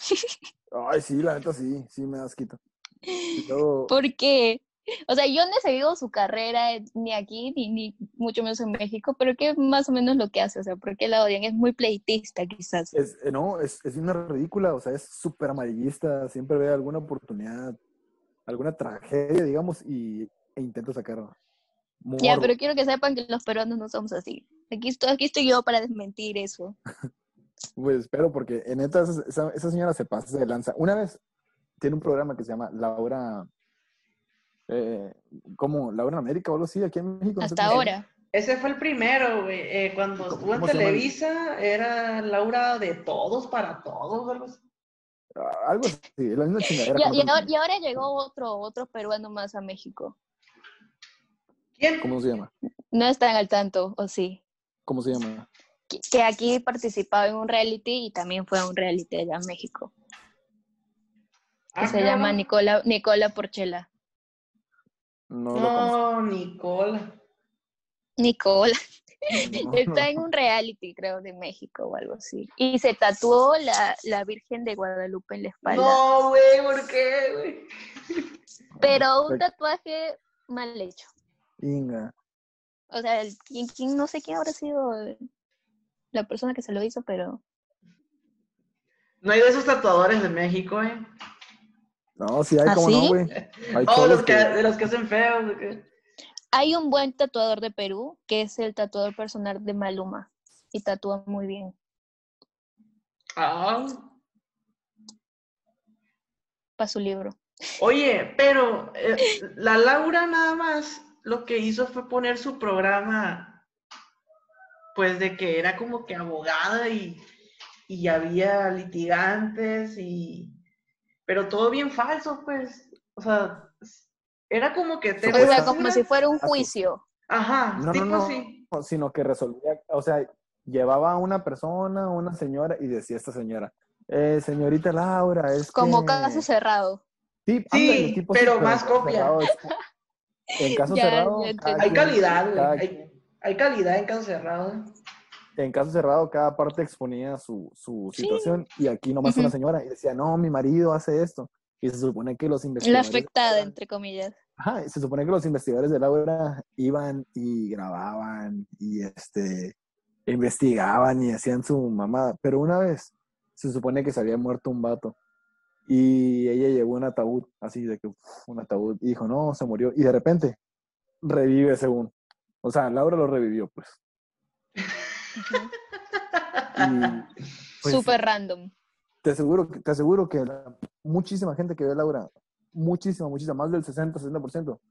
Speaker 2: Ay, sí, la neta sí, sí me da asquito. Y luego-
Speaker 3: Porque, o sea, yo no he seguido su carrera eh, ni aquí, ni, ni mucho menos en México, pero que más o menos lo que hace, o sea, porque la odian, es muy pleitista quizás.
Speaker 2: Es, eh, no, es, es una ridícula, o sea, es súper amarillista, siempre ve alguna oportunidad, alguna tragedia, digamos, y, e intenta sacarla.
Speaker 3: Ya,
Speaker 2: Morbo.
Speaker 3: pero quiero que sepan que los peruanos no somos así. Aquí estoy, aquí estoy yo para desmentir eso.
Speaker 2: Pues espero, porque en neta esa, esa- esa señora se pasa de lanza. Una vez tiene un programa que se llama Laura, eh, ¿cómo? Laura en América o algo así, aquí en México. no sé
Speaker 3: Hasta
Speaker 2: cómo se llama.
Speaker 3: ahora.
Speaker 1: Ese fue el primero, güey. Eh, cuando
Speaker 2: ¿Cómo-
Speaker 1: estuvo en
Speaker 2: cómo se llama el-
Speaker 1: Televisa, era Laura de todos para todos, algo así.
Speaker 2: Ah, Algo así, es la misma
Speaker 3: Y,
Speaker 2: chingadera.
Speaker 3: y
Speaker 2: con otro
Speaker 3: ahora,
Speaker 2: nombre.
Speaker 3: y ahora llegó otro, otro peruano más a México.
Speaker 1: ¿Quién?
Speaker 2: ¿Cómo se llama?
Speaker 3: No están al tanto, o sí.
Speaker 2: ¿Cómo se llama?
Speaker 3: Que, que aquí participaba en un reality y también fue a un reality allá en México. Que
Speaker 1: Ah,
Speaker 3: se llama
Speaker 1: cabrón.
Speaker 3: Nicola, Nicola Porchela.
Speaker 2: No, lo conozco.
Speaker 1: No, Nicola.
Speaker 3: Nicola.
Speaker 2: No,
Speaker 3: Está en un reality, creo, de México o algo así. Y se tatuó la, la Virgen de Guadalupe en la espalda.
Speaker 1: No, güey, ¿por qué, güey?
Speaker 3: Pero un
Speaker 2: Perfecto.
Speaker 3: tatuaje mal hecho.
Speaker 2: Inga.
Speaker 3: O sea, el- quién- quién- no sé quién habrá sido la persona que se lo hizo, pero
Speaker 1: No hay de esos tatuadores de México, eh.
Speaker 2: No, sí hay,
Speaker 3: ¿Ah,
Speaker 2: como no,
Speaker 3: sí?
Speaker 2: güey. Hay
Speaker 1: Oh,
Speaker 2: cholos
Speaker 1: los que, de los que hacen feos. güey, que-
Speaker 3: hay un buen tatuador de Perú, que es el tatuador personal de Maluma. Y tatúa muy bien.
Speaker 1: Ah,
Speaker 3: para su libro.
Speaker 1: Oye, pero eh, la Laura nada más lo que hizo fue poner su programa, pues de que era como que abogada y, y había litigantes y... Pero todo bien falso, pues. O sea, era como que...
Speaker 3: O
Speaker 1: TV
Speaker 3: sea,
Speaker 2: Pues,
Speaker 3: como
Speaker 1: basura.
Speaker 3: si fuera un
Speaker 2: así.
Speaker 3: juicio.
Speaker 1: Ajá, pues
Speaker 2: No, no,
Speaker 1: tipo
Speaker 2: no.
Speaker 1: así.
Speaker 2: No, pues, sino que resolvía, o sea, llevaba a una persona, una señora, y decía esta señora, eh, señorita Laura, es
Speaker 3: Como
Speaker 2: que-
Speaker 3: caso cerrado.
Speaker 2: Sí,
Speaker 1: Sí,
Speaker 2: ándale, tipo
Speaker 1: pero
Speaker 2: así,
Speaker 1: más
Speaker 2: en caso
Speaker 1: copia.
Speaker 2: cerrado, es- En caso
Speaker 3: Ya,
Speaker 2: cerrado,
Speaker 3: ya
Speaker 2: cada
Speaker 3: entendí.
Speaker 1: Hay
Speaker 2: quien-
Speaker 1: calidad, güey,
Speaker 2: cada
Speaker 1: hay-
Speaker 2: quien-
Speaker 1: Hay calidad en caso cerrado.
Speaker 2: en caso cerrado, cada parte exponía su, su
Speaker 3: Sí.
Speaker 2: situación, y aquí nomás
Speaker 3: Ujú.
Speaker 2: una señora, y decía, no, mi marido hace esto. Y se supone que los
Speaker 3: La
Speaker 2: investigadores.
Speaker 3: afectada, entre comillas.
Speaker 2: Ajá, y se supone que los investigadores de Laura iban y grababan y este investigaban y hacían su mamada. Pero una vez se supone que se había muerto un vato y ella llevó un ataúd, así de que uf, un ataúd, y dijo, no, se murió. Y de repente revive según. O sea, Laura lo revivió, pues.
Speaker 3: Ujú.
Speaker 2: Y, pues,
Speaker 3: Súper random.
Speaker 2: Te aseguro, que- te aseguro que la- muchísima gente que ve a Laura, muchísima, muchísima, más del 60, 70%,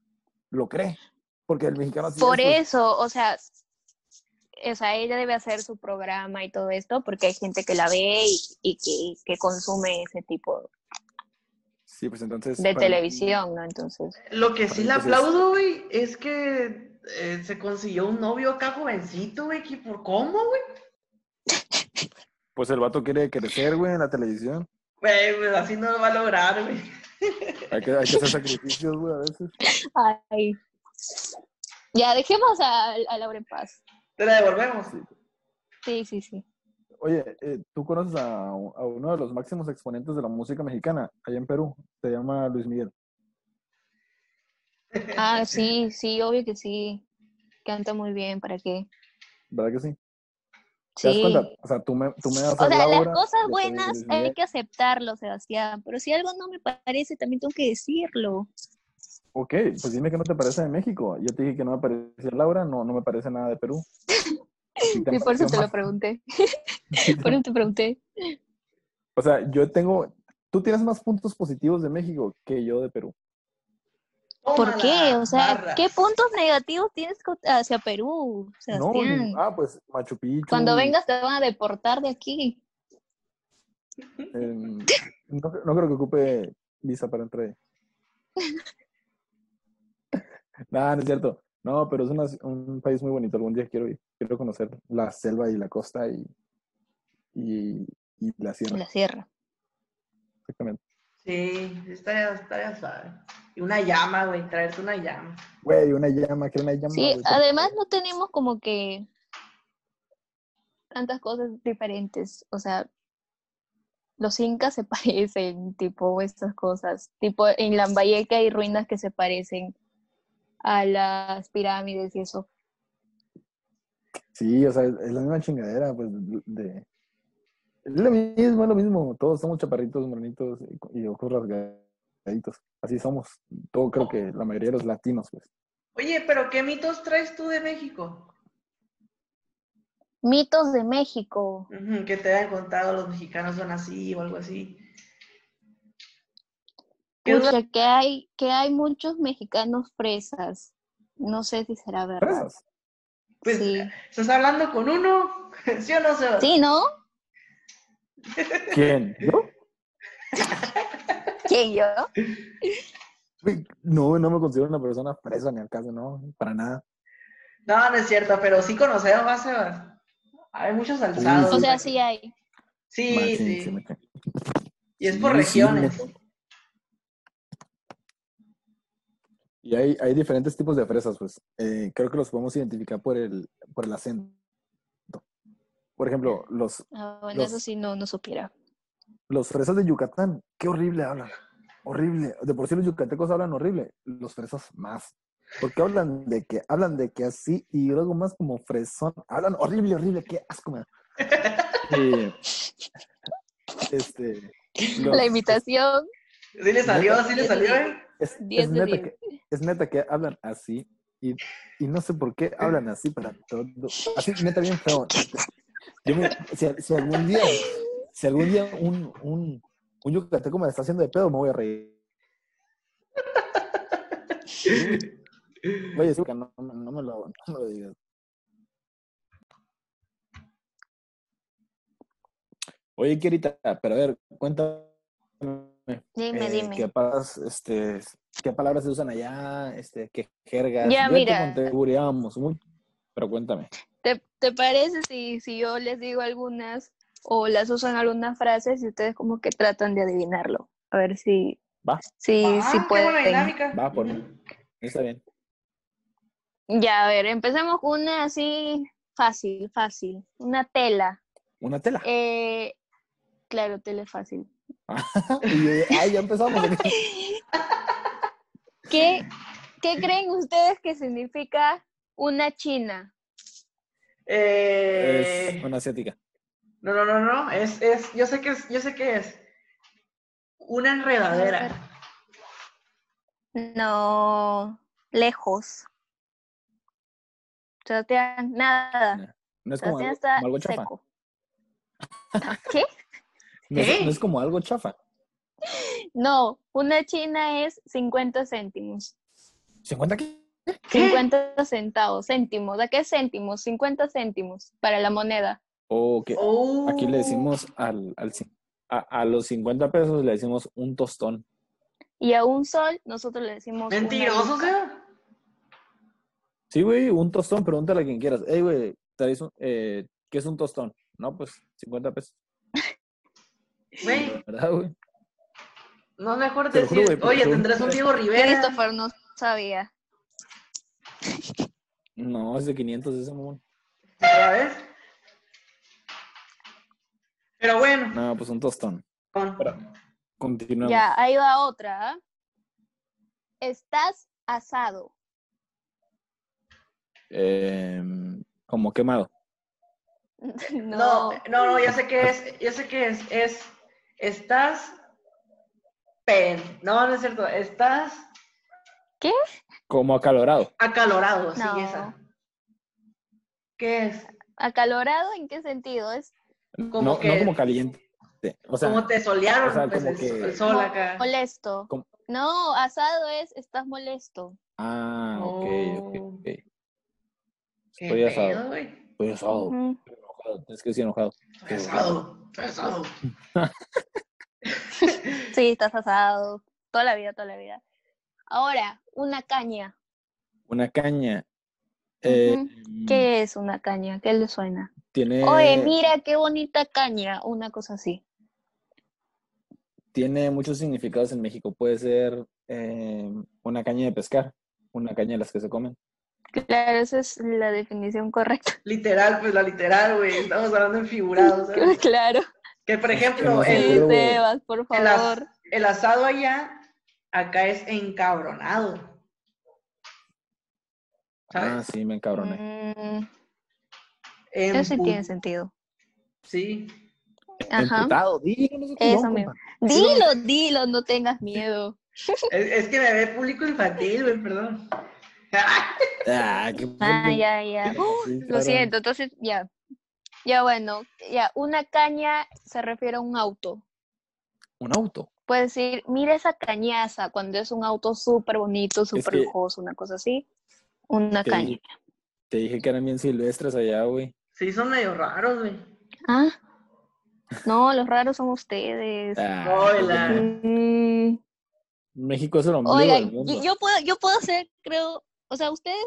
Speaker 2: lo cree. Porque el mexicano... así
Speaker 3: Por
Speaker 2: es, pues.
Speaker 3: eso, o sea, o sea, ella debe hacer su programa y todo esto porque hay gente que la ve y, y que, que consume ese tipo
Speaker 2: Sí, pues entonces.
Speaker 3: de
Speaker 2: para-
Speaker 3: televisión, ¿no? Entonces,
Speaker 1: Lo que sí le
Speaker 2: Entonces-
Speaker 1: aplaudo, güey, es que eh, se consiguió un novio acá jovencito, güey, que por cómo, güey.
Speaker 2: Pues el vato quiere crecer, güey, en la televisión.
Speaker 1: Güey, pues así no lo va a lograr, güey.
Speaker 2: Hay que, hay que hacer sacrificios, güey, a veces.
Speaker 3: ay. Ya, dejemos a, a Laura en paz.
Speaker 1: Te la devolvemos.
Speaker 3: Sí, sí, sí.
Speaker 2: Oye, eh, ¿tú conoces a, u- a uno de los máximos exponentes de la música mexicana allá en Perú? Se llama Luis Miguel.
Speaker 3: Ah, sí, sí, obvio que sí. Canta muy bien, ¿para qué?
Speaker 2: ¿Verdad que sí? ¿Te das
Speaker 3: Sí.
Speaker 2: cuenta? O sea, tú me, tú me das
Speaker 3: O sea, las
Speaker 2: yo
Speaker 3: cosas
Speaker 2: te digo
Speaker 3: buenas
Speaker 2: Luis
Speaker 3: hay
Speaker 2: Miguel.
Speaker 3: que aceptarlo, Sebastián. Pero si algo no me parece, también tengo que decirlo.
Speaker 2: Ok, pues dime que no te parece de México. Yo te dije que no me parecía Laura, no, no me parece nada de Perú. Sí te
Speaker 3: Y por eso te
Speaker 2: pareció
Speaker 3: lo pregunté. Por eso te pregunté.
Speaker 2: más- O sea, yo tengo. Tú tienes más puntos positivos de México que yo de Perú.
Speaker 3: ¿Por
Speaker 1: Tómala,
Speaker 3: qué? O sea,
Speaker 1: barra.
Speaker 3: ¿qué puntos negativos tienes co- hacia Perú,
Speaker 2: No, ni-
Speaker 3: Sebastián?
Speaker 2: ah, pues Machu Picchu.
Speaker 3: Cuando vengas te van a deportar de aquí.
Speaker 2: em, no, no creo que ocupe visa para entrar ahí. Nada, no es cierto. No, pero es una ci- un país muy bonito. Algún día quiero ir. Quiero conocer la selva y la costa y, y, y la
Speaker 3: En
Speaker 2: sierra.
Speaker 3: la sierra.
Speaker 2: Exactamente.
Speaker 1: Sí, está ya, está ya suave. Y una llama, güey, traerse una llama.
Speaker 2: Güey, una llama, que una llama.
Speaker 3: Sí,
Speaker 2: güey, por
Speaker 3: además
Speaker 2: favor.
Speaker 3: no tenemos como que tantas cosas diferentes. O sea, los incas se parecen, tipo estas cosas. Tipo en Lambayeque hay ruinas que se parecen a las pirámides y eso.
Speaker 2: Sí, o sea, es es la misma chingadera, pues, de- de... Es lo mismo, es lo mismo. Todos somos chaparritos, morenitos y co- y ojos rasgaditos. Así somos. Todo creo que la mayoría de los latinos, pues.
Speaker 1: Oye, pero ¿qué mitos traes tú de México?
Speaker 3: Mitos de México.
Speaker 1: Ujú, que te hayan contado los mexicanos son así o algo así. ¿Qué es la-
Speaker 3: Pucha, que hay, que hay muchos mexicanos fresas. No sé si será verdad.
Speaker 2: Fresas.
Speaker 1: Pues,
Speaker 3: Sí.
Speaker 1: ¿Estás hablando con uno? ¿Sí o no, Sebas?
Speaker 3: Sí, ¿no?
Speaker 2: ¿Quién? ¿Yo?
Speaker 3: ¿Quién yo?
Speaker 2: Güey, No, no me considero una persona presa ni al caso, no, para nada.
Speaker 1: No, no es cierto, pero sí conocemos más, Sebas. Hay muchos alzados.
Speaker 3: O sea, sí hay.
Speaker 1: Sí,
Speaker 2: Machín,
Speaker 1: sí.
Speaker 2: sí me cae.
Speaker 1: Y es
Speaker 2: Sí,
Speaker 1: por
Speaker 2: sí,
Speaker 1: regiones.
Speaker 2: me- Y hay, hay diferentes tipos de fresas, pues. Eh, creo que los podemos identificar por el, por el acento. Por ejemplo, los,
Speaker 3: Ah, bueno, eso
Speaker 2: Los-
Speaker 3: sí no, no supiera.
Speaker 2: los fresas de Yucatán, qué horrible hablan. Horrible. De por sí los yucatecos hablan horrible. Los fresas más. Porque hablan de que, hablan de que así y luego más como fresón. Hablan horrible, horrible, qué asco me da. Eh, este.
Speaker 3: La
Speaker 2: los-
Speaker 3: invitación,
Speaker 1: Sí le salió, sí le salió, ¿eh?
Speaker 2: Es, es
Speaker 3: 10 de
Speaker 2: neta
Speaker 3: 10.
Speaker 2: que, es neta que hablan así y, y no sé por qué hablan así para todo. Así, neta, bien feo. Yo me- si, si algún día, si algún día un, un, un yucateco me la está haciendo de pedo, me voy a reír. Oye, sí, que no, no- no me lo, no me lo digas. Oye, Kierita, pero a ver, cuéntame.
Speaker 3: Dime,
Speaker 2: eh,
Speaker 3: dime.
Speaker 2: ¿Qué palabras, este, qué palabras se usan allá? Este, ¿Qué jergas?
Speaker 3: Ya,
Speaker 2: te
Speaker 3: mira.
Speaker 2: conté, gureábamos mucho, pero cuéntame.
Speaker 3: ¿Te, te parece si, si yo les digo algunas o las usan algunas frases y ustedes como que tratan de adivinarlo? A ver si,
Speaker 2: Va.
Speaker 3: si,
Speaker 1: Ah,
Speaker 3: si
Speaker 1: qué
Speaker 3: pueden.
Speaker 1: buena dinámica.
Speaker 2: Va, por
Speaker 1: Ujú.
Speaker 2: mí. Está bien.
Speaker 3: Ya, a ver, empecemos con una así fácil, fácil. Una tela.
Speaker 2: Una tela.
Speaker 3: Eh, claro, tela es fácil.
Speaker 2: Y yo, ay, ya empezamos.
Speaker 3: ¿Qué, qué creen ustedes que significa una china?
Speaker 1: Eh,
Speaker 2: es una asiática.
Speaker 1: No, no, no, no. Es, es, yo sé que es, yo sé que es. Una enredadera.
Speaker 3: No, lejos. Sebastián, nada.
Speaker 2: No es como
Speaker 3: Sebastián
Speaker 2: algo,
Speaker 3: está
Speaker 2: como algo chafa.
Speaker 3: seco. ¿Qué?
Speaker 2: No es,
Speaker 1: ¿Qué?
Speaker 2: no es como algo chafa.
Speaker 3: No, una china es 50 céntimos.
Speaker 2: ¿Se cuenta que?
Speaker 1: ¿Qué?
Speaker 3: 50 centavos, céntimos. ¿A qué céntimos? 50 céntimos para la moneda.
Speaker 2: O que
Speaker 1: Oh.
Speaker 2: aquí le decimos al, al cin- a, a los 50 pesos le decimos un tostón.
Speaker 3: Y a un sol nosotros le decimos... una
Speaker 1: Mentiroso,
Speaker 3: yuca.
Speaker 1: sea.
Speaker 2: Sí, güey, un tostón, pregúntale a quien quieras. Ey, güey, traes un, eh, ¿qué es un tostón? No, pues 50 pesos.
Speaker 1: Güey,
Speaker 2: ¿Verdad, güey?
Speaker 1: no es mejor
Speaker 2: Te lo juro,
Speaker 1: decir,
Speaker 2: güey, pero
Speaker 1: oye,
Speaker 2: son-
Speaker 1: tendrás un Diego Rivera.
Speaker 3: Christopher no sabía.
Speaker 2: No, es de 500 ese mamón.
Speaker 1: ¿Ya ves? Pero bueno.
Speaker 2: No, pues un tostón. Pero- Continuamos.
Speaker 3: Ya, ahí va otra. ¿ah? Estás asado.
Speaker 2: Em, como quemado.
Speaker 1: No,
Speaker 3: No,
Speaker 1: no, no, ya sé qué es, ya sé qué es, es, estás, pen, no, no es cierto, estás
Speaker 2: Como acalorado.
Speaker 1: acalorado,
Speaker 3: No.
Speaker 1: sí, esa. ¿Qué es?
Speaker 3: acalorado en qué sentido es
Speaker 1: Como
Speaker 2: no,
Speaker 1: que-
Speaker 2: no como caliente. O sea,
Speaker 1: como te solearon,
Speaker 2: o sea,
Speaker 1: pues,
Speaker 2: como
Speaker 1: el,
Speaker 2: que-
Speaker 1: el sol acá.
Speaker 3: molesto.
Speaker 2: ¿Cómo?
Speaker 3: No, asado es estás molesto.
Speaker 2: ah, ok, ok,
Speaker 1: Oh.
Speaker 2: ok.
Speaker 1: ¿Qué
Speaker 2: Estoy
Speaker 1: pedo,
Speaker 2: asado.
Speaker 1: güey?
Speaker 2: Estoy
Speaker 1: Oh.
Speaker 2: asado.
Speaker 3: Ujú.
Speaker 2: estoy Pues, oh, enojado, Es que estoy
Speaker 1: Estoy
Speaker 2: enojado.
Speaker 1: asado, estoy asado.
Speaker 3: Sí, estás asado. Toda la vida, toda la vida. Ahora, una caña.
Speaker 2: Una caña. eh,
Speaker 1: Mm.
Speaker 3: ¿Qué es una caña? ¿Qué le suena?
Speaker 1: Eh.
Speaker 2: Tiene,
Speaker 3: Oye, mira qué bonita caña. Una cosa así.
Speaker 2: tiene muchos significados en México. Puede ser eh, una caña de pescar, una caña de las que se comen.
Speaker 3: Claro, esa es la definición correcta.
Speaker 1: Literal, pues la literal, güey, estamos hablando en figurado, ¿sabes?
Speaker 3: claro.
Speaker 1: Que por
Speaker 2: Es que
Speaker 1: ejemplo,
Speaker 2: no se me
Speaker 1: el,
Speaker 3: Sí,
Speaker 2: ocurre. luego-
Speaker 3: Sebas, por
Speaker 1: el as-
Speaker 3: favor.
Speaker 1: el asado allá, acá es encabronado. ¿Sabes?
Speaker 2: Ah, sí, me encabroné.
Speaker 3: Mm,
Speaker 1: En
Speaker 3: eso sí
Speaker 1: pu-
Speaker 3: tiene sentido.
Speaker 1: Sí.
Speaker 3: Mm, Ajá.
Speaker 2: Emputado, dilo, no sé cómo,
Speaker 3: Eso
Speaker 2: compa.
Speaker 3: mismo. Dilo, dilo, no tengas miedo.
Speaker 1: Es, es que me ve público infantil, güey, perdón.
Speaker 2: Ah, qué
Speaker 3: Ah,
Speaker 2: pulpo.
Speaker 3: ya, ya.
Speaker 2: Sí,
Speaker 3: Lo
Speaker 2: claro.
Speaker 3: siento, entonces ya. Ya bueno, ya una caña se refiere a un auto.
Speaker 2: Un auto.
Speaker 3: Puedes decir, mira esa cañaza cuando es un auto súper bonito, súper
Speaker 2: que-
Speaker 3: lujoso, una cosa así. Una
Speaker 2: Te
Speaker 3: caña.
Speaker 2: dije, te dije que eran bien silvestres allá, güey.
Speaker 1: Sí, son medio raros, güey.
Speaker 3: Ah, no, los raros son ustedes.
Speaker 2: Ah,
Speaker 1: Hola.
Speaker 3: Mm,
Speaker 2: México es el ombligo
Speaker 3: Oigan,
Speaker 2: del
Speaker 3: yo,
Speaker 2: mundo.
Speaker 3: yo puedo, yo puedo hacer, creo, o sea, ustedes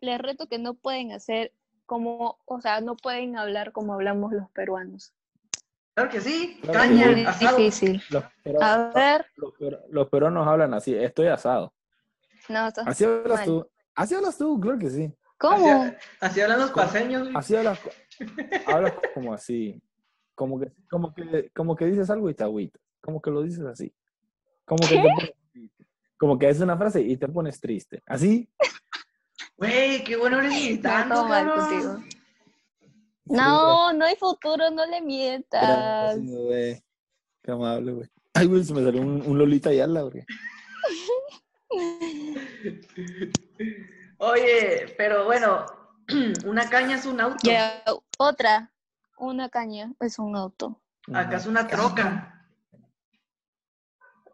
Speaker 3: les reto que no pueden hacer como, o sea, no pueden hablar como hablamos los peruanos.
Speaker 1: Claro que sí.
Speaker 2: Claro que
Speaker 1: Caña,
Speaker 3: Muy
Speaker 1: asado.
Speaker 3: difícil.
Speaker 2: Los, peru-
Speaker 3: A ver,
Speaker 2: los peru- los peruanos hablan así, estoy asado.
Speaker 3: no, estás
Speaker 2: Así hablas
Speaker 3: mal.
Speaker 2: tú. Así hablas tú, claro que sí.
Speaker 1: Así,
Speaker 3: ¿Cómo?
Speaker 1: así hablan los paseños, güey.
Speaker 2: Así hablas, co- hablas como así. Como que, como que, como que dices algo y te agüitas. Como que lo dices así. Como que, te pones triste. como que es una frase y te pones triste. Así.
Speaker 1: Güey, qué bueno eres gritando,
Speaker 3: todo mal
Speaker 1: cabrón.
Speaker 3: contigo.
Speaker 2: Sí,
Speaker 3: No, no hay futuro, no le
Speaker 2: güey. Era
Speaker 3: mientas.
Speaker 2: así, güey. Qué amable, güey. Ay, güey, se me salió un, un Lolita y ala, güey.
Speaker 1: Oye, pero bueno, una caña es un auto.
Speaker 3: Ya, otra, una caña es un auto.
Speaker 1: Acá es una troca.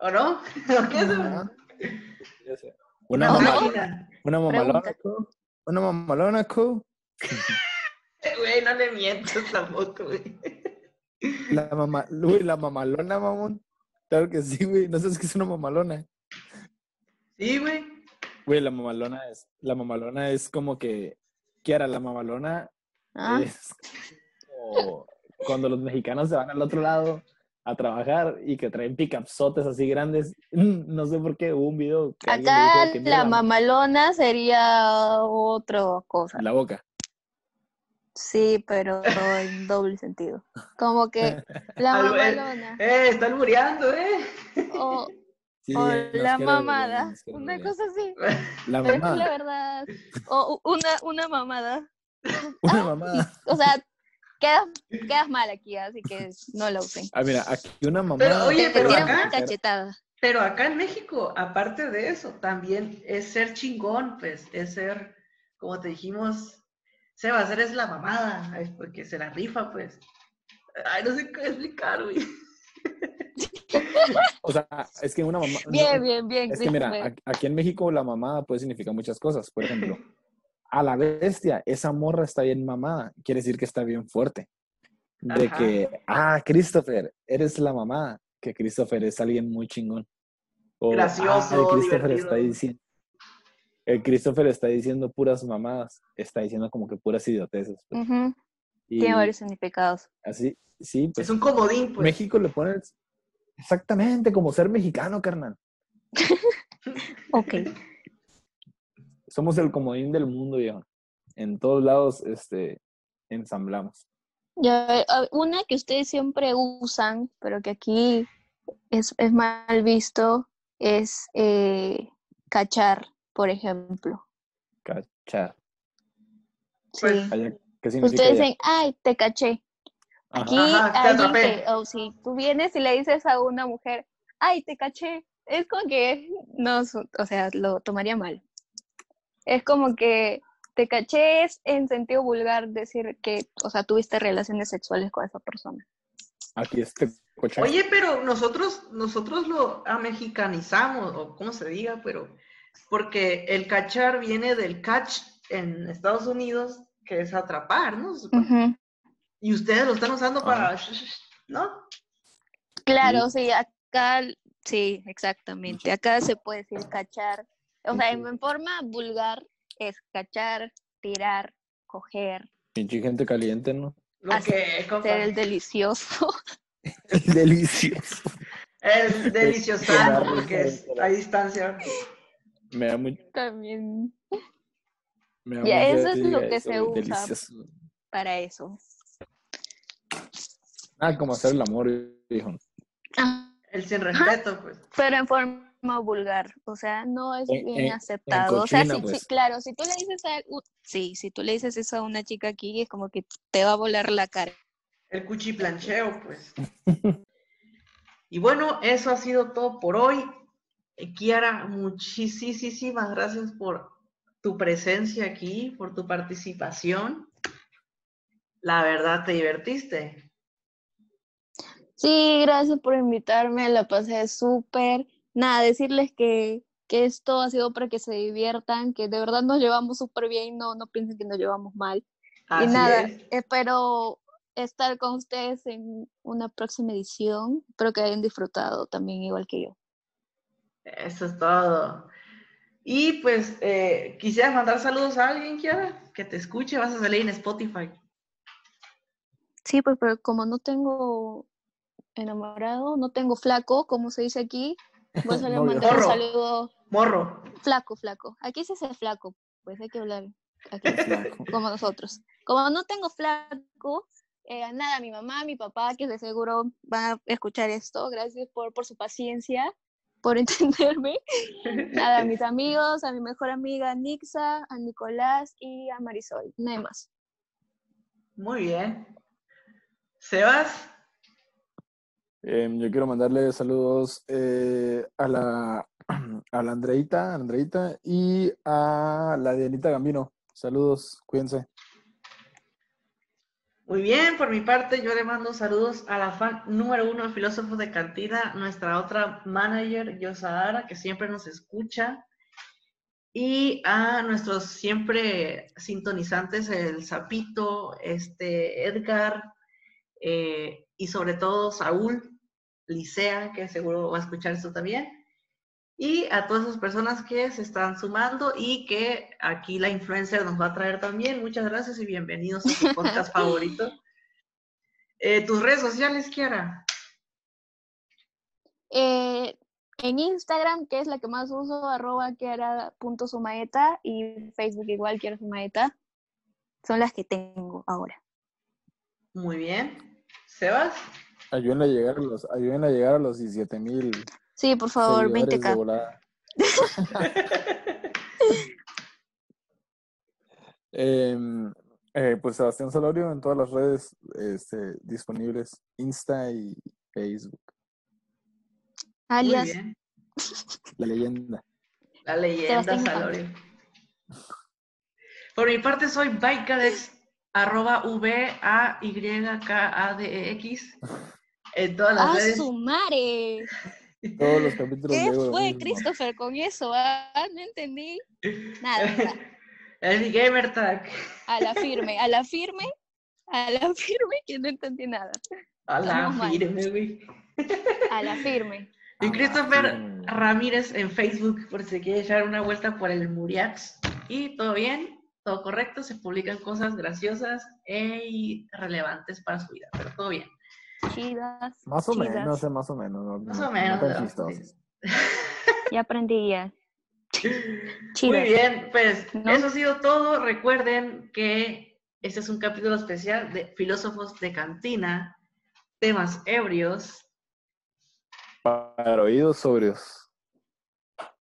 Speaker 1: ¿O no? ¿O qué es eso?
Speaker 4: Ajá. Ya sé.
Speaker 2: Una
Speaker 1: Una
Speaker 2: mamá,
Speaker 1: máquina.
Speaker 2: una mamalona, co. Una mamalona, co.
Speaker 1: Güey, no le mientas tampoco, güey.
Speaker 2: La mamá, uy, la mamalona, mamón. Claro que sí, güey. No sabes qué es una mamalona.
Speaker 1: Sí, güey.
Speaker 2: Güey, la mamalona es, la mamalona es como que, ¿qué era? La mamalona
Speaker 3: Ah,
Speaker 2: es como cuando los mexicanos se van al otro lado a trabajar y que traen picapsotes así grandes. Mm, No sé por qué hubo un video que alguien le
Speaker 3: acá
Speaker 2: dijo que, mira,
Speaker 3: la mamalona sería otra cosa.
Speaker 2: La boca.
Speaker 3: Sí, pero en doble sentido. Como que la
Speaker 1: Algo, eh,
Speaker 3: mamalona
Speaker 1: Eh, están muriendo, eh.
Speaker 3: o,
Speaker 2: Sí,
Speaker 3: o
Speaker 2: nos
Speaker 3: la
Speaker 2: quiere
Speaker 3: mamada.
Speaker 2: Belén, nos quiere
Speaker 3: Una
Speaker 2: Belén.
Speaker 3: cosa así.
Speaker 2: La
Speaker 3: Pero es que la
Speaker 2: mamada.
Speaker 3: verdad. O u- una, una mamada. Ah,
Speaker 2: Una mamada.
Speaker 3: O sea, quedas, quedas mal aquí, así que no la usen.
Speaker 2: Ah, mira, aquí una mamada.
Speaker 1: oye,
Speaker 3: Te, te
Speaker 1: pero
Speaker 3: tiran
Speaker 1: acá-
Speaker 3: una cachetada.
Speaker 1: Pero acá en México, aparte de eso, también es ser chingón, pues, es ser, como te dijimos, se va a hacer es la mamada, es porque se la rifa, pues. Ay, no sé cómo explicar, güey.
Speaker 2: O sea, es que una mamada.
Speaker 3: Bien, bien, bien.
Speaker 2: Es que mira,
Speaker 3: Christopher.
Speaker 2: ac- aquí en México la mamada puede significar muchas cosas. Por ejemplo, a la bestia, esa morra está bien mamada, quiere decir que está bien fuerte. De
Speaker 1: Ajá.
Speaker 2: que, ah, Christopher, eres la mamada, que Christopher es alguien muy chingón. O,
Speaker 1: Gracioso,
Speaker 2: el Christopher está
Speaker 1: divertido".
Speaker 2: diciendo. El Christopher está diciendo puras mamadas, está diciendo como que puras idioteces. pues.
Speaker 3: Ujú,
Speaker 2: Y
Speaker 3: Tiene varios significados.
Speaker 2: así, sí, pues
Speaker 1: Es un comodín, pues.
Speaker 2: México le pone exactamente como ser mexicano, carnal.
Speaker 3: Ok.
Speaker 2: somos el comodín del mundo, viejo. En todos lados, este, ensamblamos.
Speaker 3: Ya, a ver, a ver, una que ustedes siempre usan, pero que aquí es, es mal visto, es eh, cachar, por ejemplo.
Speaker 2: Cachar.
Speaker 1: Pues,
Speaker 3: Sí.
Speaker 2: Allá, ¿Qué significa?
Speaker 3: Ustedes
Speaker 2: allá?
Speaker 3: dicen, ay, te caché.
Speaker 2: Ajá.
Speaker 3: Aquí
Speaker 1: Ajá, te
Speaker 3: alguien
Speaker 1: atrapé.
Speaker 3: que- o si tú vienes y le dices a una mujer, ay, te caché, es como que, no, su- o sea, lo tomaría mal. Es como que te caché es en sentido vulgar decir que, o sea, tuviste relaciones sexuales con esa persona.
Speaker 2: Aquí este cochar.
Speaker 1: Oye, pero nosotros, nosotros lo amexicanizamos, o como se diga, pero porque el cachar viene del catch en Estados Unidos, que es atrapar, ¿no? Y ustedes lo están usando para, ¿no?
Speaker 3: Claro, sí, acá, sí, exactamente. Acá se puede decir cachar. O sea, en en forma vulgar es cachar, tirar, coger,
Speaker 2: Pinche gente caliente, ¿no?
Speaker 1: Lo
Speaker 3: Así,
Speaker 1: que, compa,
Speaker 3: ser el delicioso.
Speaker 2: El delicioso.
Speaker 1: el
Speaker 2: da
Speaker 1: deliciosano,
Speaker 2: risa,
Speaker 1: porque es
Speaker 2: literal.
Speaker 1: a distancia.
Speaker 2: Me da muy.
Speaker 3: También
Speaker 2: me da
Speaker 3: Ya,
Speaker 2: mucha
Speaker 3: eso es
Speaker 2: risa
Speaker 3: lo que
Speaker 2: eso,
Speaker 3: se
Speaker 2: güey,
Speaker 3: usa.
Speaker 2: Delicioso.
Speaker 3: para eso.
Speaker 2: Ah, como hacer el amor, viejo.
Speaker 1: El sin respeto, pues.
Speaker 3: Pero en forma vulgar, o sea, no es
Speaker 2: En-
Speaker 3: bien
Speaker 2: en- en
Speaker 3: aceptado. o sea,
Speaker 2: cochina,
Speaker 3: sí,
Speaker 2: pues.
Speaker 3: claro, si tú le dices a u- sí, si tú le dices eso a una chica aquí, es como que te va a volar la cara.
Speaker 1: El cuchiplancheo, pues. Y bueno, eso ha sido todo por hoy. Eh, Kiara, muchísimas gracias por tu presencia aquí, por tu participación. La verdad, te divertiste.
Speaker 3: Sí, gracias por invitarme, la pasé súper. Nada, decirles que, que esto ha sido para que se diviertan, que de verdad nos llevamos súper bien, no, no piensen que nos llevamos mal.
Speaker 1: Así
Speaker 3: y nada,
Speaker 1: es.
Speaker 3: espero estar con ustedes en una próxima edición, espero que hayan disfrutado también igual que yo.
Speaker 1: Eso es todo. Y pues, eh, ¿quisieras mandar saludos a alguien, Kiara? Que te escuche, vas a salir en Spotify.
Speaker 3: Sí, pues, pero como no tengo enamorado, no tengo flaco, como se dice aquí, voy a salir a
Speaker 2: Novio.
Speaker 3: mandar un
Speaker 1: Zorro.
Speaker 3: saludo
Speaker 1: Morro.
Speaker 3: flaco, flaco. Aquí se dice flaco, pues hay que hablar aquí,
Speaker 2: Flaco.
Speaker 3: como nosotros. Como no tengo flaco, eh, nada, mi mamá, mi papá, que de seguro van a escuchar esto, gracias por, por su paciencia, por entenderme. Nada, a mis amigos, a mi mejor amiga Nixa, a Nicolás y a Marisol, nada más.
Speaker 1: Muy bien. Sebas,
Speaker 2: Em, yo quiero mandarle saludos eh, a la a la Andreita, a la Andreita y a la Dianita Gambino. Saludos, cuídense.
Speaker 1: Muy bien, por mi parte, yo le mando saludos a la fan número uno de Filósofos de Cantina, nuestra otra manager, Yosadara, que siempre nos escucha, y a nuestros siempre sintonizantes, el Zapito, este, Edgar, eh, y sobre todo Saúl, Licea, que seguro va a escuchar esto también y a todas esas personas que se están sumando y que aquí la influencer nos va a traer también. Muchas gracias y bienvenidos a su podcast favorito. Eh, ¿Tus redes sociales, Kiara?
Speaker 3: Eh, en Instagram, que es la que más uso, arroba kiara.sumaeta y Facebook igual, Kiara Sumaeta. Son las que tengo ahora.
Speaker 1: Muy bien. ¿Sebas?
Speaker 2: Ayúdenle a llegar a los, ayúdenle a, llegar a los 17 mil
Speaker 3: Sí, por favor,
Speaker 2: seguidores de
Speaker 3: 20k.
Speaker 2: volada. Em, eh, pues Sebastián Salorio en todas las redes este, disponibles, Insta y Facebook.
Speaker 1: Muy
Speaker 3: Alias.
Speaker 1: bien.
Speaker 2: La leyenda.
Speaker 1: La leyenda
Speaker 3: Sebastián
Speaker 1: Salorio. Por mi parte soy Baikadex, arroba V A Y K A D E X en todas las
Speaker 3: ¡Ah,
Speaker 1: redes.
Speaker 3: su madre!
Speaker 2: Todos los capítulos
Speaker 3: ¿Qué
Speaker 2: digo lo
Speaker 3: fue,
Speaker 2: mismo.
Speaker 3: Christopher, con eso? Ah, no entendí. Nada, nada.
Speaker 1: El Gamer Tag.
Speaker 3: a la firme, a la firme, a la firme, que no entendí nada.
Speaker 1: A la
Speaker 3: Estamos mal.
Speaker 1: firme, güey.
Speaker 3: A la firme.
Speaker 1: Y
Speaker 2: Ah,
Speaker 1: Christopher
Speaker 2: sí.
Speaker 1: Ramírez en Facebook, por si quiere echar una vuelta por el Muriax. Y todo bien, todo correcto, se publican cosas graciosas e y relevantes para su vida, pero todo bien.
Speaker 3: Chidas.
Speaker 2: Más o
Speaker 3: chidas.
Speaker 2: menos, eh, más o menos. no-
Speaker 1: Más
Speaker 2: no-
Speaker 1: o
Speaker 2: no
Speaker 1: menos.
Speaker 2: tan
Speaker 1: ¿verdad?
Speaker 2: chistosos.
Speaker 3: Ya aprendí ya.
Speaker 1: Muy
Speaker 3: Chidas.
Speaker 1: bien, pues
Speaker 3: ¿No?
Speaker 1: eso ha sido todo. Recuerden que este es un capítulo especial de Filósofos de Cantina, temas ebrios.
Speaker 2: Para oídos sobrios.